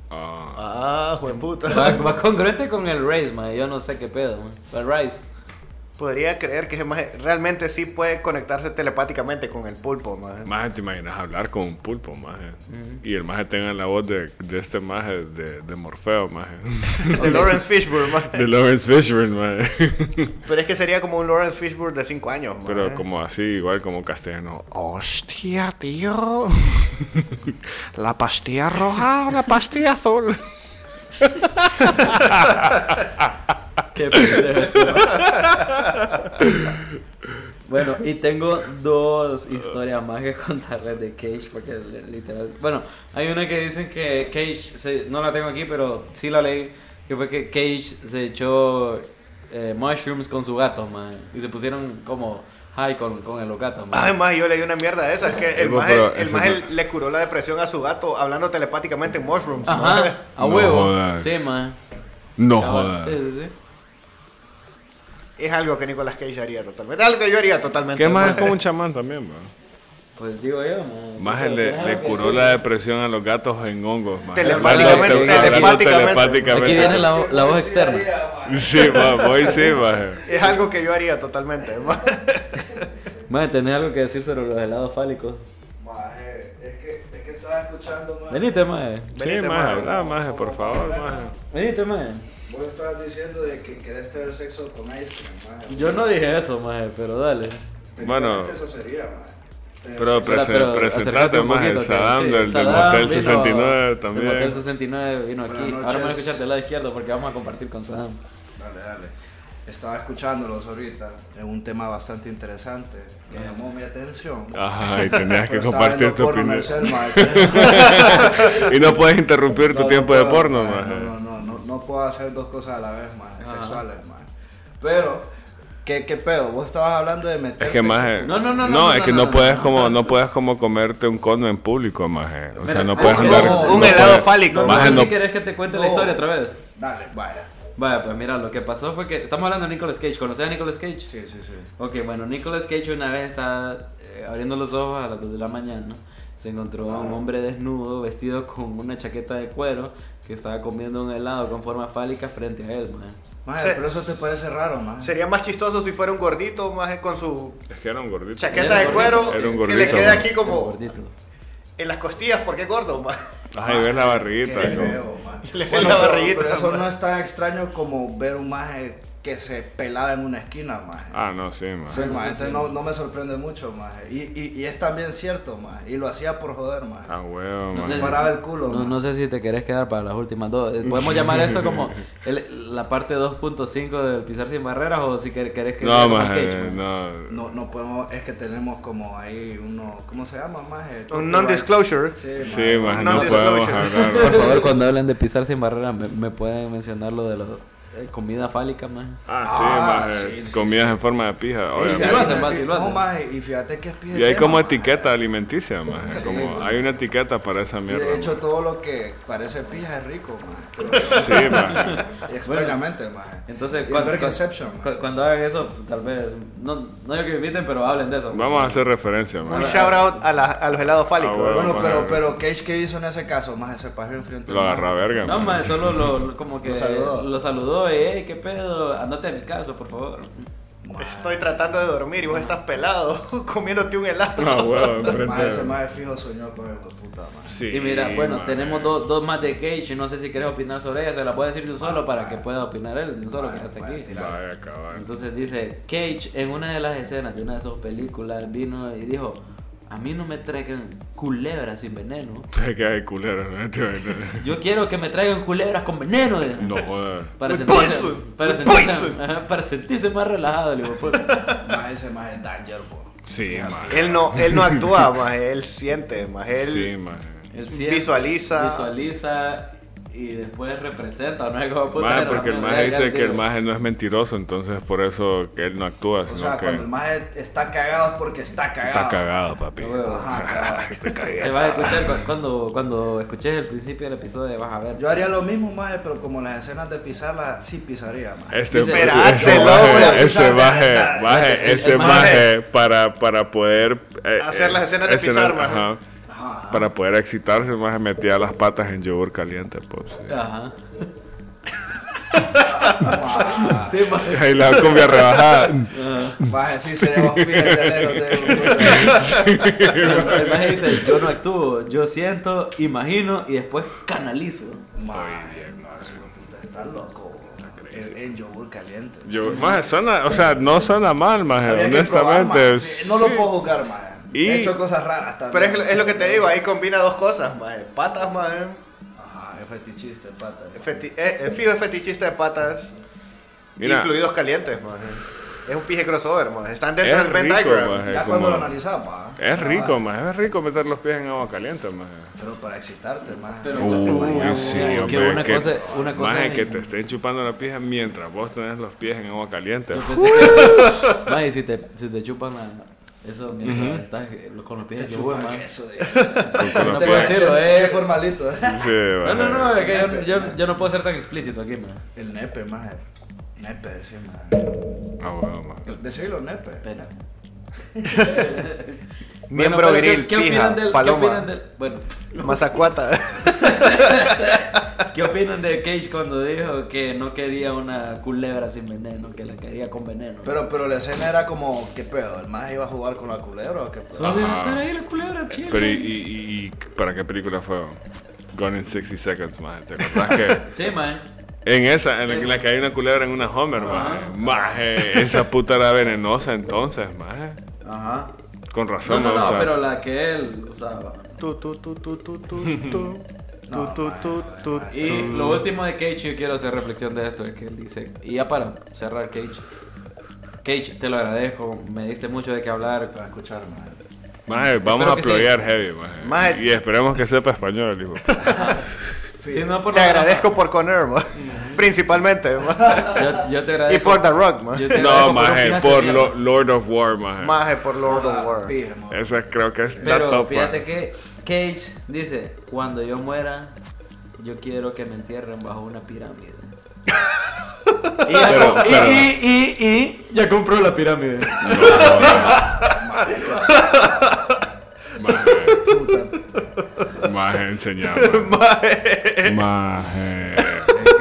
Ah, Ah, [laughs] juez Va, puta. va congruente con el Race, man. Yo no sé qué pedo, man. El Race. Podría creer que ese maje realmente sí puede conectarse telepáticamente con el pulpo, man. maje, te imaginas hablar con un pulpo, maje. Y el maje tenga la voz de, de este maje de, de Morfeo, maje. [laughs] De Lawrence Fishburne, man. [laughs] de Lawrence Fishburne, maje. Pero es que sería como un Lawrence Fishburne de 5 años, man. [laughs] Pero como así, igual como castellano. Hostia, tío. [laughs] La pastilla roja o la pastilla azul. [laughs] Qué pendejo este, man. [laughs] Bueno, y tengo dos historias más que contarles de Cage, porque li- literal... Bueno, hay una que dicen que Cage, se- no la tengo aquí, pero sí la leí, que fue que Cage se echó eh, mushrooms con su gato, man. Y se pusieron como high con, con el gato, man. Ay, maje, yo leí una mierda de esas. Que el Pero- maje, Eh, pero el eso maje no- le curó la depresión a su gato hablando telepáticamente en mushrooms, maje. Ajá, a No huevo. jodas. Sí, man. No Cabal, jodas. Sí, sí, sí. [laughs] Es algo que Nicolas Cage haría totalmente. Algo que yo haría totalmente. ¿Qué más es maje. como un chamán también, man? Pues digo yo, man. Maje Pero le, claro le que curó sí. la depresión a los gatos en hongos, maje. Telepáticamente, Hablando- hablando telepáticamente. Aquí viene la, la voz externa. Sí, ma, voy sí, maje. [laughs] Es algo que yo haría totalmente, maje. Man, ¿tenés algo que decir sobre los helados fálicos? Maje, es que, es que estaba escuchando, maje. Venite, mae. Sí, Venite, maje, maje. habla, maje, por favor, maje. Venite, mae. Vos estabas diciendo de que querés tener sexo con Ice Cream, maje. Yo no dije eso, mae, pero dale. Bueno. Técnicamente Eso sería, maje. Tener Pero, sexo- prese- Pero presentate, acércate un maje. poquito, que- sí, Saddam, del, del Saddam Motel vino- 69 Del también. Motel 69 vino aquí. Buenas Ahora me voy a noches. escuchar del lado izquierdo porque vamos a compartir con Saddam. Dale, dale. Estaba escuchándolos ahorita en un tema bastante interesante que llamó mi atención. Ajá, [laughs] y tenías Ah, que Pero estaba compartir viendo tu porno en opinión. el cel, maje. [laughs] Y no puedes interrumpir tu No, tiempo no de puedo, porno, maje, maje. No, no, no, no, no puedo hacer dos cosas a la vez, maje, sexuales, maje. Pero, ¿qué, ¿qué pedo? Vos estabas hablando de meterte... Es que maje. No, no, no, no, No, es no, que no, no no, puedes no. como no puedes como comerte un cono en público, maje. O sea, no Mira, puedes un- andar un- un no helado puedes- fálico. No, Maje, sé no- si querés que te cuente la No. historia otra vez. Dale, vaya. Vaya, pues mira, lo que pasó fue que. Estamos hablando de Nicolas Cage. ¿Conoces a Nicolas Cage? Sí, sí, sí. Ok, bueno, Nicolas Cage una vez está eh, abriendo los ojos a las 2 de la mañana. Se encontró a un hombre desnudo, vestido con una chaqueta de cuero, que estaba comiendo un helado con forma fálica frente a él, man. Maje, Se- pero eso te parece raro, [laughs] maje. Sería más chistoso si fuera un gordito, maje, con su Es que era un gordito. chaqueta de Era un cuero. gordito. Era un que le gordito, queda maje. aquí como Gordito. en las costillas, porque es gordo, maje. Ay, ves la Qué barriguita. como- feo, maje. Le Bueno, la pero- barriguita, Pero eso maje. no es tan extraño como ver un maje que se pelaba en una esquina, maje. Ah, no, sí, maje. Sí, sí, maje, entonces no, no me sorprende mucho, maje. Y, y, y es también cierto, maje. Y lo hacía por joder, maje. Ah, huevo, No maje. sé, Paraba el culo, no, man. no sé si te querés quedar para las últimas dos. Eh, Podemos llamar esto [laughs] como el- la parte 2.5 del Pisar sin barreras o si quer- querés que... No, Nicolas Cage, maje, man. no. No, no podemos, es que tenemos como ahí uno, ¿cómo se llama, maje? Un non-disclosure. Sí, Sí, maje, no Non-disclosure. podemos hablar. Por favor, cuando hablen de Pisar sin barreras, me, me pueden mencionar lo de la eh, comida fálica, man. Ah, Ah, sí, sí, maje. sí, Comidas en forma de pija, sí, obviamente. lo hacen, va, sí lo No, hacen. maje, y fíjate que es pie de Y hay tema, como maje. etiqueta alimenticia, maje. como hay una etiqueta para esa Y mierda. de hecho maje. todo lo que parece pija es rico, maje. Sí, maje. Y extrañamente, maje. Entonces, Y cuan- ver cuan- Conception, cu- maje. cuando hagan eso, tal vez. No, no digo que me inviten, pero hablen de eso. Vamos a hacer referencia, Un maje. shout out a, la- a los helados fálicos. Ah, huevo. Bueno, pero, maje. pero Cage, ¿qué hizo en ese caso? Maje, se pasó enfrente. Lo ¿eh? agarra verga, No, maje. más, solo lo, lo- como que Lo saludó. lo saludó, y, hey, qué pedo, andate a mi casa, por favor. Estoy tratando de dormir y vos estás pelado [laughs] comiéndote un helado. Ah, huevo, Maje, enfrente. ese maje fijo soñó con el hijo de puta, maje. Sí, eh, y mira, bueno, maje. tenemos dos, dos más de Cage, y no sé si quieres opinar sobre ella, se la puedo decir de un solo para que pueda opinar él, de un solo que ya pues, está aquí. Vaya, cabrón. Entonces dice, Cage en una de las escenas de una de sus películas vino y dijo, a mí no me traigan culebras sin veneno, Peca de culero, no te imaginas. yo quiero que me traigan culebras con veneno. dijo. No jodas. Para Me sentirse, poison, para, me sentirse, poison. ajá, para sentirse más relajado, el hijo de puta. Maje, ese maje es danger, bo. Sí, maje. Él no, él no [laughs] actúa, maje, él siente, maje, él [laughs] Sí, maje. El cien- Visualiza. Visualiza y después representa, no es como puta. Maje, era porque el una maje verga, dice que el tío. maje no es mentiroso, entonces por eso que él no actúa, O sino sea, que cuando el maje está cagado es porque está cagado. está cagado, papi. [laughs] Ajá, cagado. Te cagué. Te vas a escuchar cu- cuando, cuando escuches el principio del episodio, vas a ver. Yo haría lo mismo, maje, pero como las escenas de pisarla, sí pisaría, maje. Este, Dice, este "Esperate, loco, maje, la ese pisada". maje, La- la- maje, el- el ese maje. maje para, para poder eh, Hacer las escenas de escenas- pisar, maje. ajá. Ajá. Para poder excitarse, el maje metía las patas en yogur caliente, pues, pops. Ajá. Ah, Sí, maje. [laughs] Ahí la cumbia rebajada. [laughs] Maje, sí, seríamos pijeteros [laughs] de El maje dice, yo no actúo, yo siento, imagino y después canalizo. Maje, no, ese hijo de puta está loco. En, en yogur caliente. Yogur- maje, suena, o sea, no suena mal, maje, Habría que honestamente. probar, maje. Sí, No lo sí. puedo juzgar, maje. Y- He hecho cosas raras también. Pero es, lo- es lo que te digo, ahí combina dos cosas, maje. Patas, maje. Ajá, es Ah, fetichista, es pata. Feti eh, el fijo es fetichista de patas. Mira. Y fluidos calientes, maje. Es un pije crossover, maje. Están dentro Es del Venn rico, Diagram. maje. Ya como- cuando lo ah. analizas, va. Es rico, maje, es rico meter los pies en agua caliente, maje. Pero para excitarte, más. Pero Uy, Uy, sí, que hombre, una cosa- una cosa maje, es- que te estén chupando la pija mientras vos tenés los pies en agua caliente. Yo pensé [laughs] que- Maje, si te, si te chupan la- eso mientras estás eh, con los pies en yogur, maje. eso eh. de... [laughs] Con no los te pies. puedes Sí, decirlo, Decirlo, eh. es formalito. eh. No, maje. no, no, es que yo, yo, yo no puedo ser tan explícito aquí, maje. El nepe, más. Nepe, decir, más. Ah, bueno, maje. Decirlo, nepe. Pena. Miembro Bueno, pero ¿qué- viril, ¿qué, pija, opinan del, paloma. ¿Qué opinan del...? Bueno, [laughs] [laughs] Mazacuata. ¿qué opinan de Cage cuando dijo que no quería una culebra sin veneno, que la quería con veneno? Pero, pero la escena era como, ¿qué pedo? ¿El más iba a jugar con la culebra o qué pedo? Solo iba a Ajá. Eh, estar ahí la culebra, chill. Pero, ¿y, y- y para qué película fue? Gone in 60 Seconds, maje. ¿Te acordás que...? Sí, maje. En esa, en la que hay una culebra en una Homer, maje. Maje, esa puta era venenosa entonces, maje. Ajá. Con No, razón, no, o no, sea, pero la que él usaba. Tu, tu, tu, tu, tu, tu, [laughs] tu. Tu, tu, tu, tu, Y tu. lo último de Cage, yo quiero hacer reflexión de esto, es que él dice, y ya para cerrar Cage, Cage, te lo agradezco, me diste mucho de qué hablar. Para escuchar, más. maje, vamos Espero a que sí. ploguear heavy, maje. Maje. Y esperemos que sepa español, hijo. Si no, por Te lo menos- agradezco por Conner, maje. [laughs] Principalmente, maje. Yo, yo te agradezco. Y por The Rock, maje. Yo te agradezco No, por un maje, fiasco por de lo- mierda. Lord of War, maje. Maje por Lord of War. Esa creo que es la Pero top, fíjate maje. que Cage dice, cuando yo muera, yo quiero que me entierren bajo una [laughs] pirámide. Y ya, Pero- com- y- pero- y- y- y ya compró la [laughs] pirámide. Maje, Puta. maje, [laughs] enseñame. Maje. [laughs]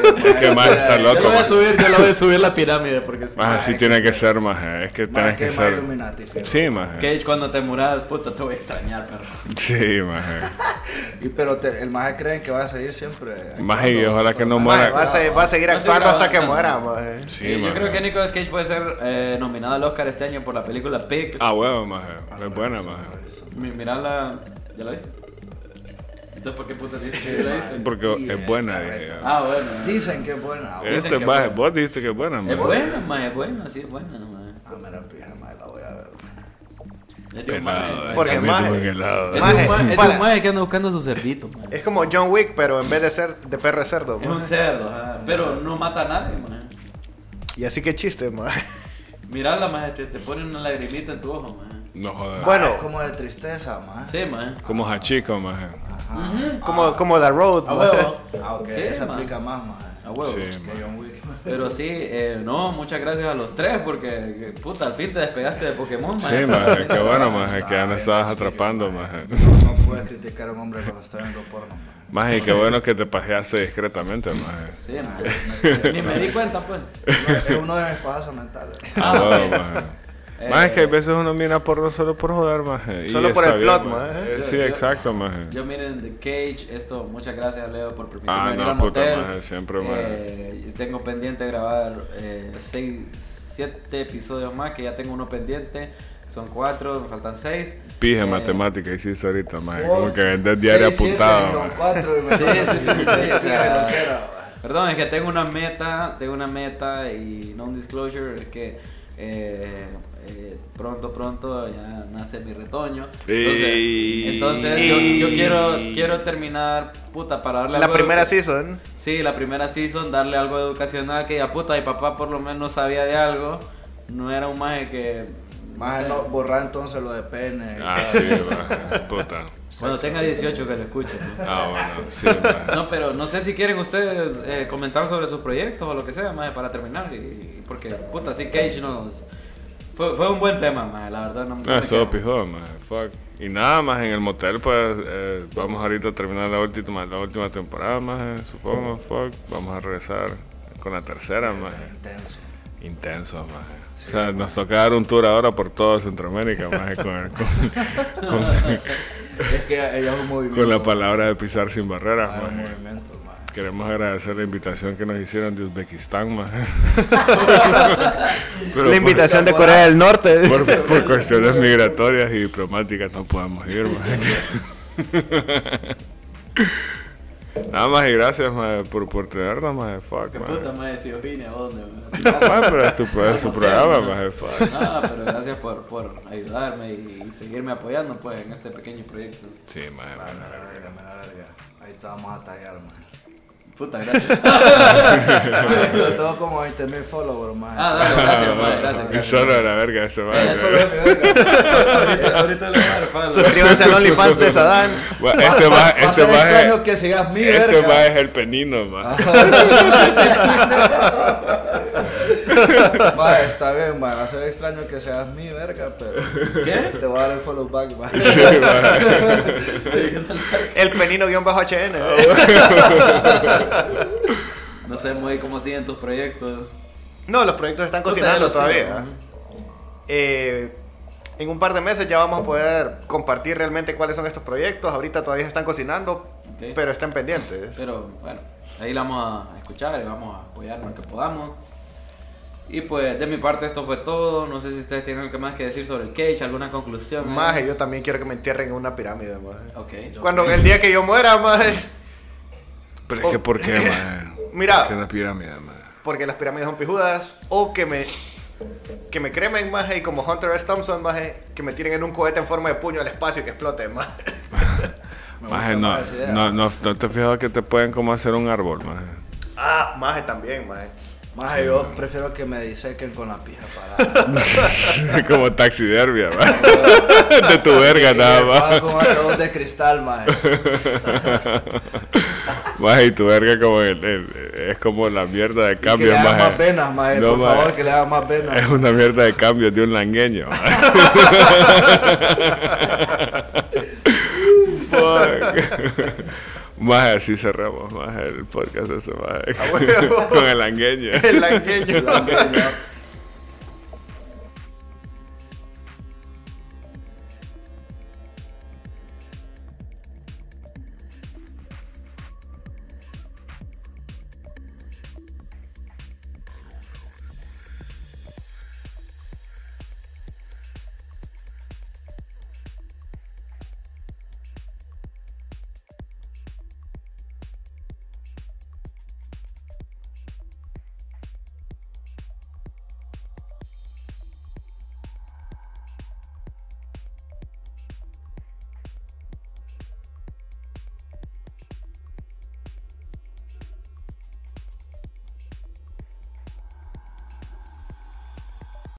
Es que maje está Yo la loco, voy a maje. subir, yo la [laughs] voy a subir la pirámide porque sí. Maje, Ah, sí tiene que ser, maje. Es que Más tienes que que más ser. Illuminati, fijo. Sí, maje. Cage, cuando te muras, puta, te voy a extrañar, perro. Sí, eh. maje. Y, pero te- el maje cree que va a seguir siempre. Maje, y ojalá que no Maje, muera. va, a se- va a seguir Va a seguir actuando hasta que muera, aguantando. maje. Sí, eh. Sí, yo maje. creo que Nicolas Cage puede ser eh, nominado al Oscar este año por la película Pig. Ah, huevo, maje. Es buena, eh. maje. Mi- Mirá la... ¿Ya la viste? Entonces, ¿por qué puta dices que ya la viste? Porque Sí, eh, es buena, correcto. dije. Ah, bueno. Dicen que es buena. Eh. Este que maje, buena. vos dijiste que es buena, eh. Es maje. buena, ma, es buena, sí, es buena, ma. Ah, me la pija, maje, la voy a ver. Es de un ma, Pelado, eh. ma. Porque, También maje, tuve que helado. Es de un ma- Maje, es de para. un ma que anda buscando su cerdito, ma. Es como John Wick, pero en vez de ser de perro es cerdo, Es un maje. cerdo, ajá, pero no mata a nadie, ma. Y así que chiste, maje. Mirala, ma, te, te pone una lagrimita en tu ojo, ma. No jodas. Bueno. Es como de tristeza, maje. Sí, ma. Como hachico, eh. maje. Como, como The Road, A maje. huevo. Ah, ok, Sí, Ah, esa ma. aplica más, maje. A huevo. Sí, Que John Wick. [laughs] Pero sí, eh, no, muchas gracias a los tres porque, que, puta, al fin te despegaste de Pokémon, ma. Sí, maje, qué bueno, maje, Está que ya no estabas bien, está bien, atrapando, maje. maje. No puedes criticar a un hombre cuando está viendo porno, maje. Maje, qué bueno que te pajeaste discretamente, maje. Sí, ma. Ni me di cuenta, pues. [laughs] Uno- Es uno de mis pasos mentales. Ah, huevo, maje. Eh. Maje, que a veces uno mira porno solo por joder, maje. y Solo por está el bien, plot, maje. Eh, Yo- Sí, yo- exacto, maje. Yo miren The Cage, esto, muchas gracias Leo por permitirme Ah, venir no, al puta motel. madre, siempre, madre. Eh, tengo pendiente grabar eh, seis, siete episodios más, que ya tengo uno pendiente, son cuatro, me faltan seis. Pija Eh, matemática hiciste ahorita, maje. Como que vendes diario apuntado, maje. 4 y me [laughs] [laughs] Sí, sí, sí, [laughs] sí, sí, o sea, lo que era, maje. Perdón, es que tengo una meta, tengo una meta y non-disclosure, es que eh, eh, pronto, pronto ya nace mi retoño. Ey. Entonces, entonces yo, yo quiero, quiero terminar, puta, para darle La algo de- primera season. Sí, la primera season, darle algo educacional que ya puta, mi papá por lo menos sabía de algo. No era un maje que. no Más sé. no, borrar entonces lo de pene. Ah, sí, va. Puta. Cuando tenga 18 que lo escuche. ¿no? Ah, bueno, sí, va. No, pero no sé si quieren ustedes eh, comentar sobre sus proyectos o lo que sea, maje, para terminar. y- y- porque, puta, sí, Cage nos. Fue, fue un buen tema, maje, la verdad. No, no No, me Ah, es todo quejo. pijón, maje, Fuck. Y nada más en el motel, pues eh, vamos ahorita a terminar la última, la última temporada, más supongo. Fuck. Vamos a regresar con la tercera, más Intenso. intenso, más. O sea, nos toca dar un tour ahora por todo Centroamérica, más con, el- con- con- Es que ella es un movimiento. con la palabra de pisar sin barreras, Ah, Es un maje. movimiento, man. Queremos agradecer la invitación que nos hicieron de Uzbekistán, [laughs] pues, más. Pero la por- invitación de Corea del Norte. Por, por cuestiones migratorias y diplomáticas no podemos ir, maje. Nada más y gracias, maje, por, por tenernos, maje. Fuck, Que maje. puta, maje, si opine, ¿dónde? [laughs] maje? Maje, pero es tu, es tu programa, maje. Fuck. No, pero gracias por, por ayudarme y, y seguirme apoyando pues en este pequeño proyecto. Sí, maje. Ah, maje. me la verga, me la verga. Ahí te vamos a [laughs] tallar, man. Puta, gracias. [laughs] Yo tengo como 20 mil followers, man. Ah, dale, [laughs] gracias, maje, gracias. Y solo de la verga este, maje. Eso es mi verga. [laughs] ahorita, ahorita le voy a dar follow. [laughs] Suscríbanse al [laughs] OnlyFans Ah, de Sadán. Bueno, Este Va maje, a este ser extraño maje, que sigas mi este verga. maje es el penino, maje. Va, está bien, man. Va a ser extraño que seas mi verga, pero. ¿Qué? Te voy a dar el follow back, man. [laughs] Sí, maje. El penino-hn. Ah, No sé, muy cómo siguen tus proyectos. No, los proyectos están No te cocinando lo sé, todavía. ajá. Eh, en un par de meses ya vamos a poder compartir realmente cuáles son estos proyectos. Ahorita todavía se están cocinando, Ok. pero estén pendientes. Pero bueno, ahí la vamos a escuchar y vamos a apoyar en lo que podamos. Y pues de mi parte esto fue todo. No sé si ustedes tienen algo más que decir sobre el cage, alguna conclusión. ahí? Maje, yo también quiero que me entierren en una pirámide, maje. Ok. Cuando el día que yo muera, maje, Pero es que, ¿por qué, maje? Mira. Que la pirámide, maje. porque las pirámides son pijudas, o que me que me cremen, maje, y como Hunter S. Thompson, maje, que me tiren en un cohete en forma de puño al espacio y que explote, maje. Me Maje, gusta no, más esa idea. no, no, no te has fijado que te pueden como hacer un árbol, maje. Ah, maje también, maje. [laughs] Maje, yo prefiero que me disequen con la pija [laughs] parada. Como taxidermia, va. De tu verga nada Maje, más. con algodón de cristal, maje. Más y tu verga como el, el- es como la mierda de que le cambio, hagan maje. más venas, maje. No, por maje. favor, que le hagan más Es venas. una mierda de cambio de un langueño. maje. Fuck. Maje, así Ah, cerramos, maje, el podcast de este, maje. Con el langueño. El [laughs] langueño. Langueño.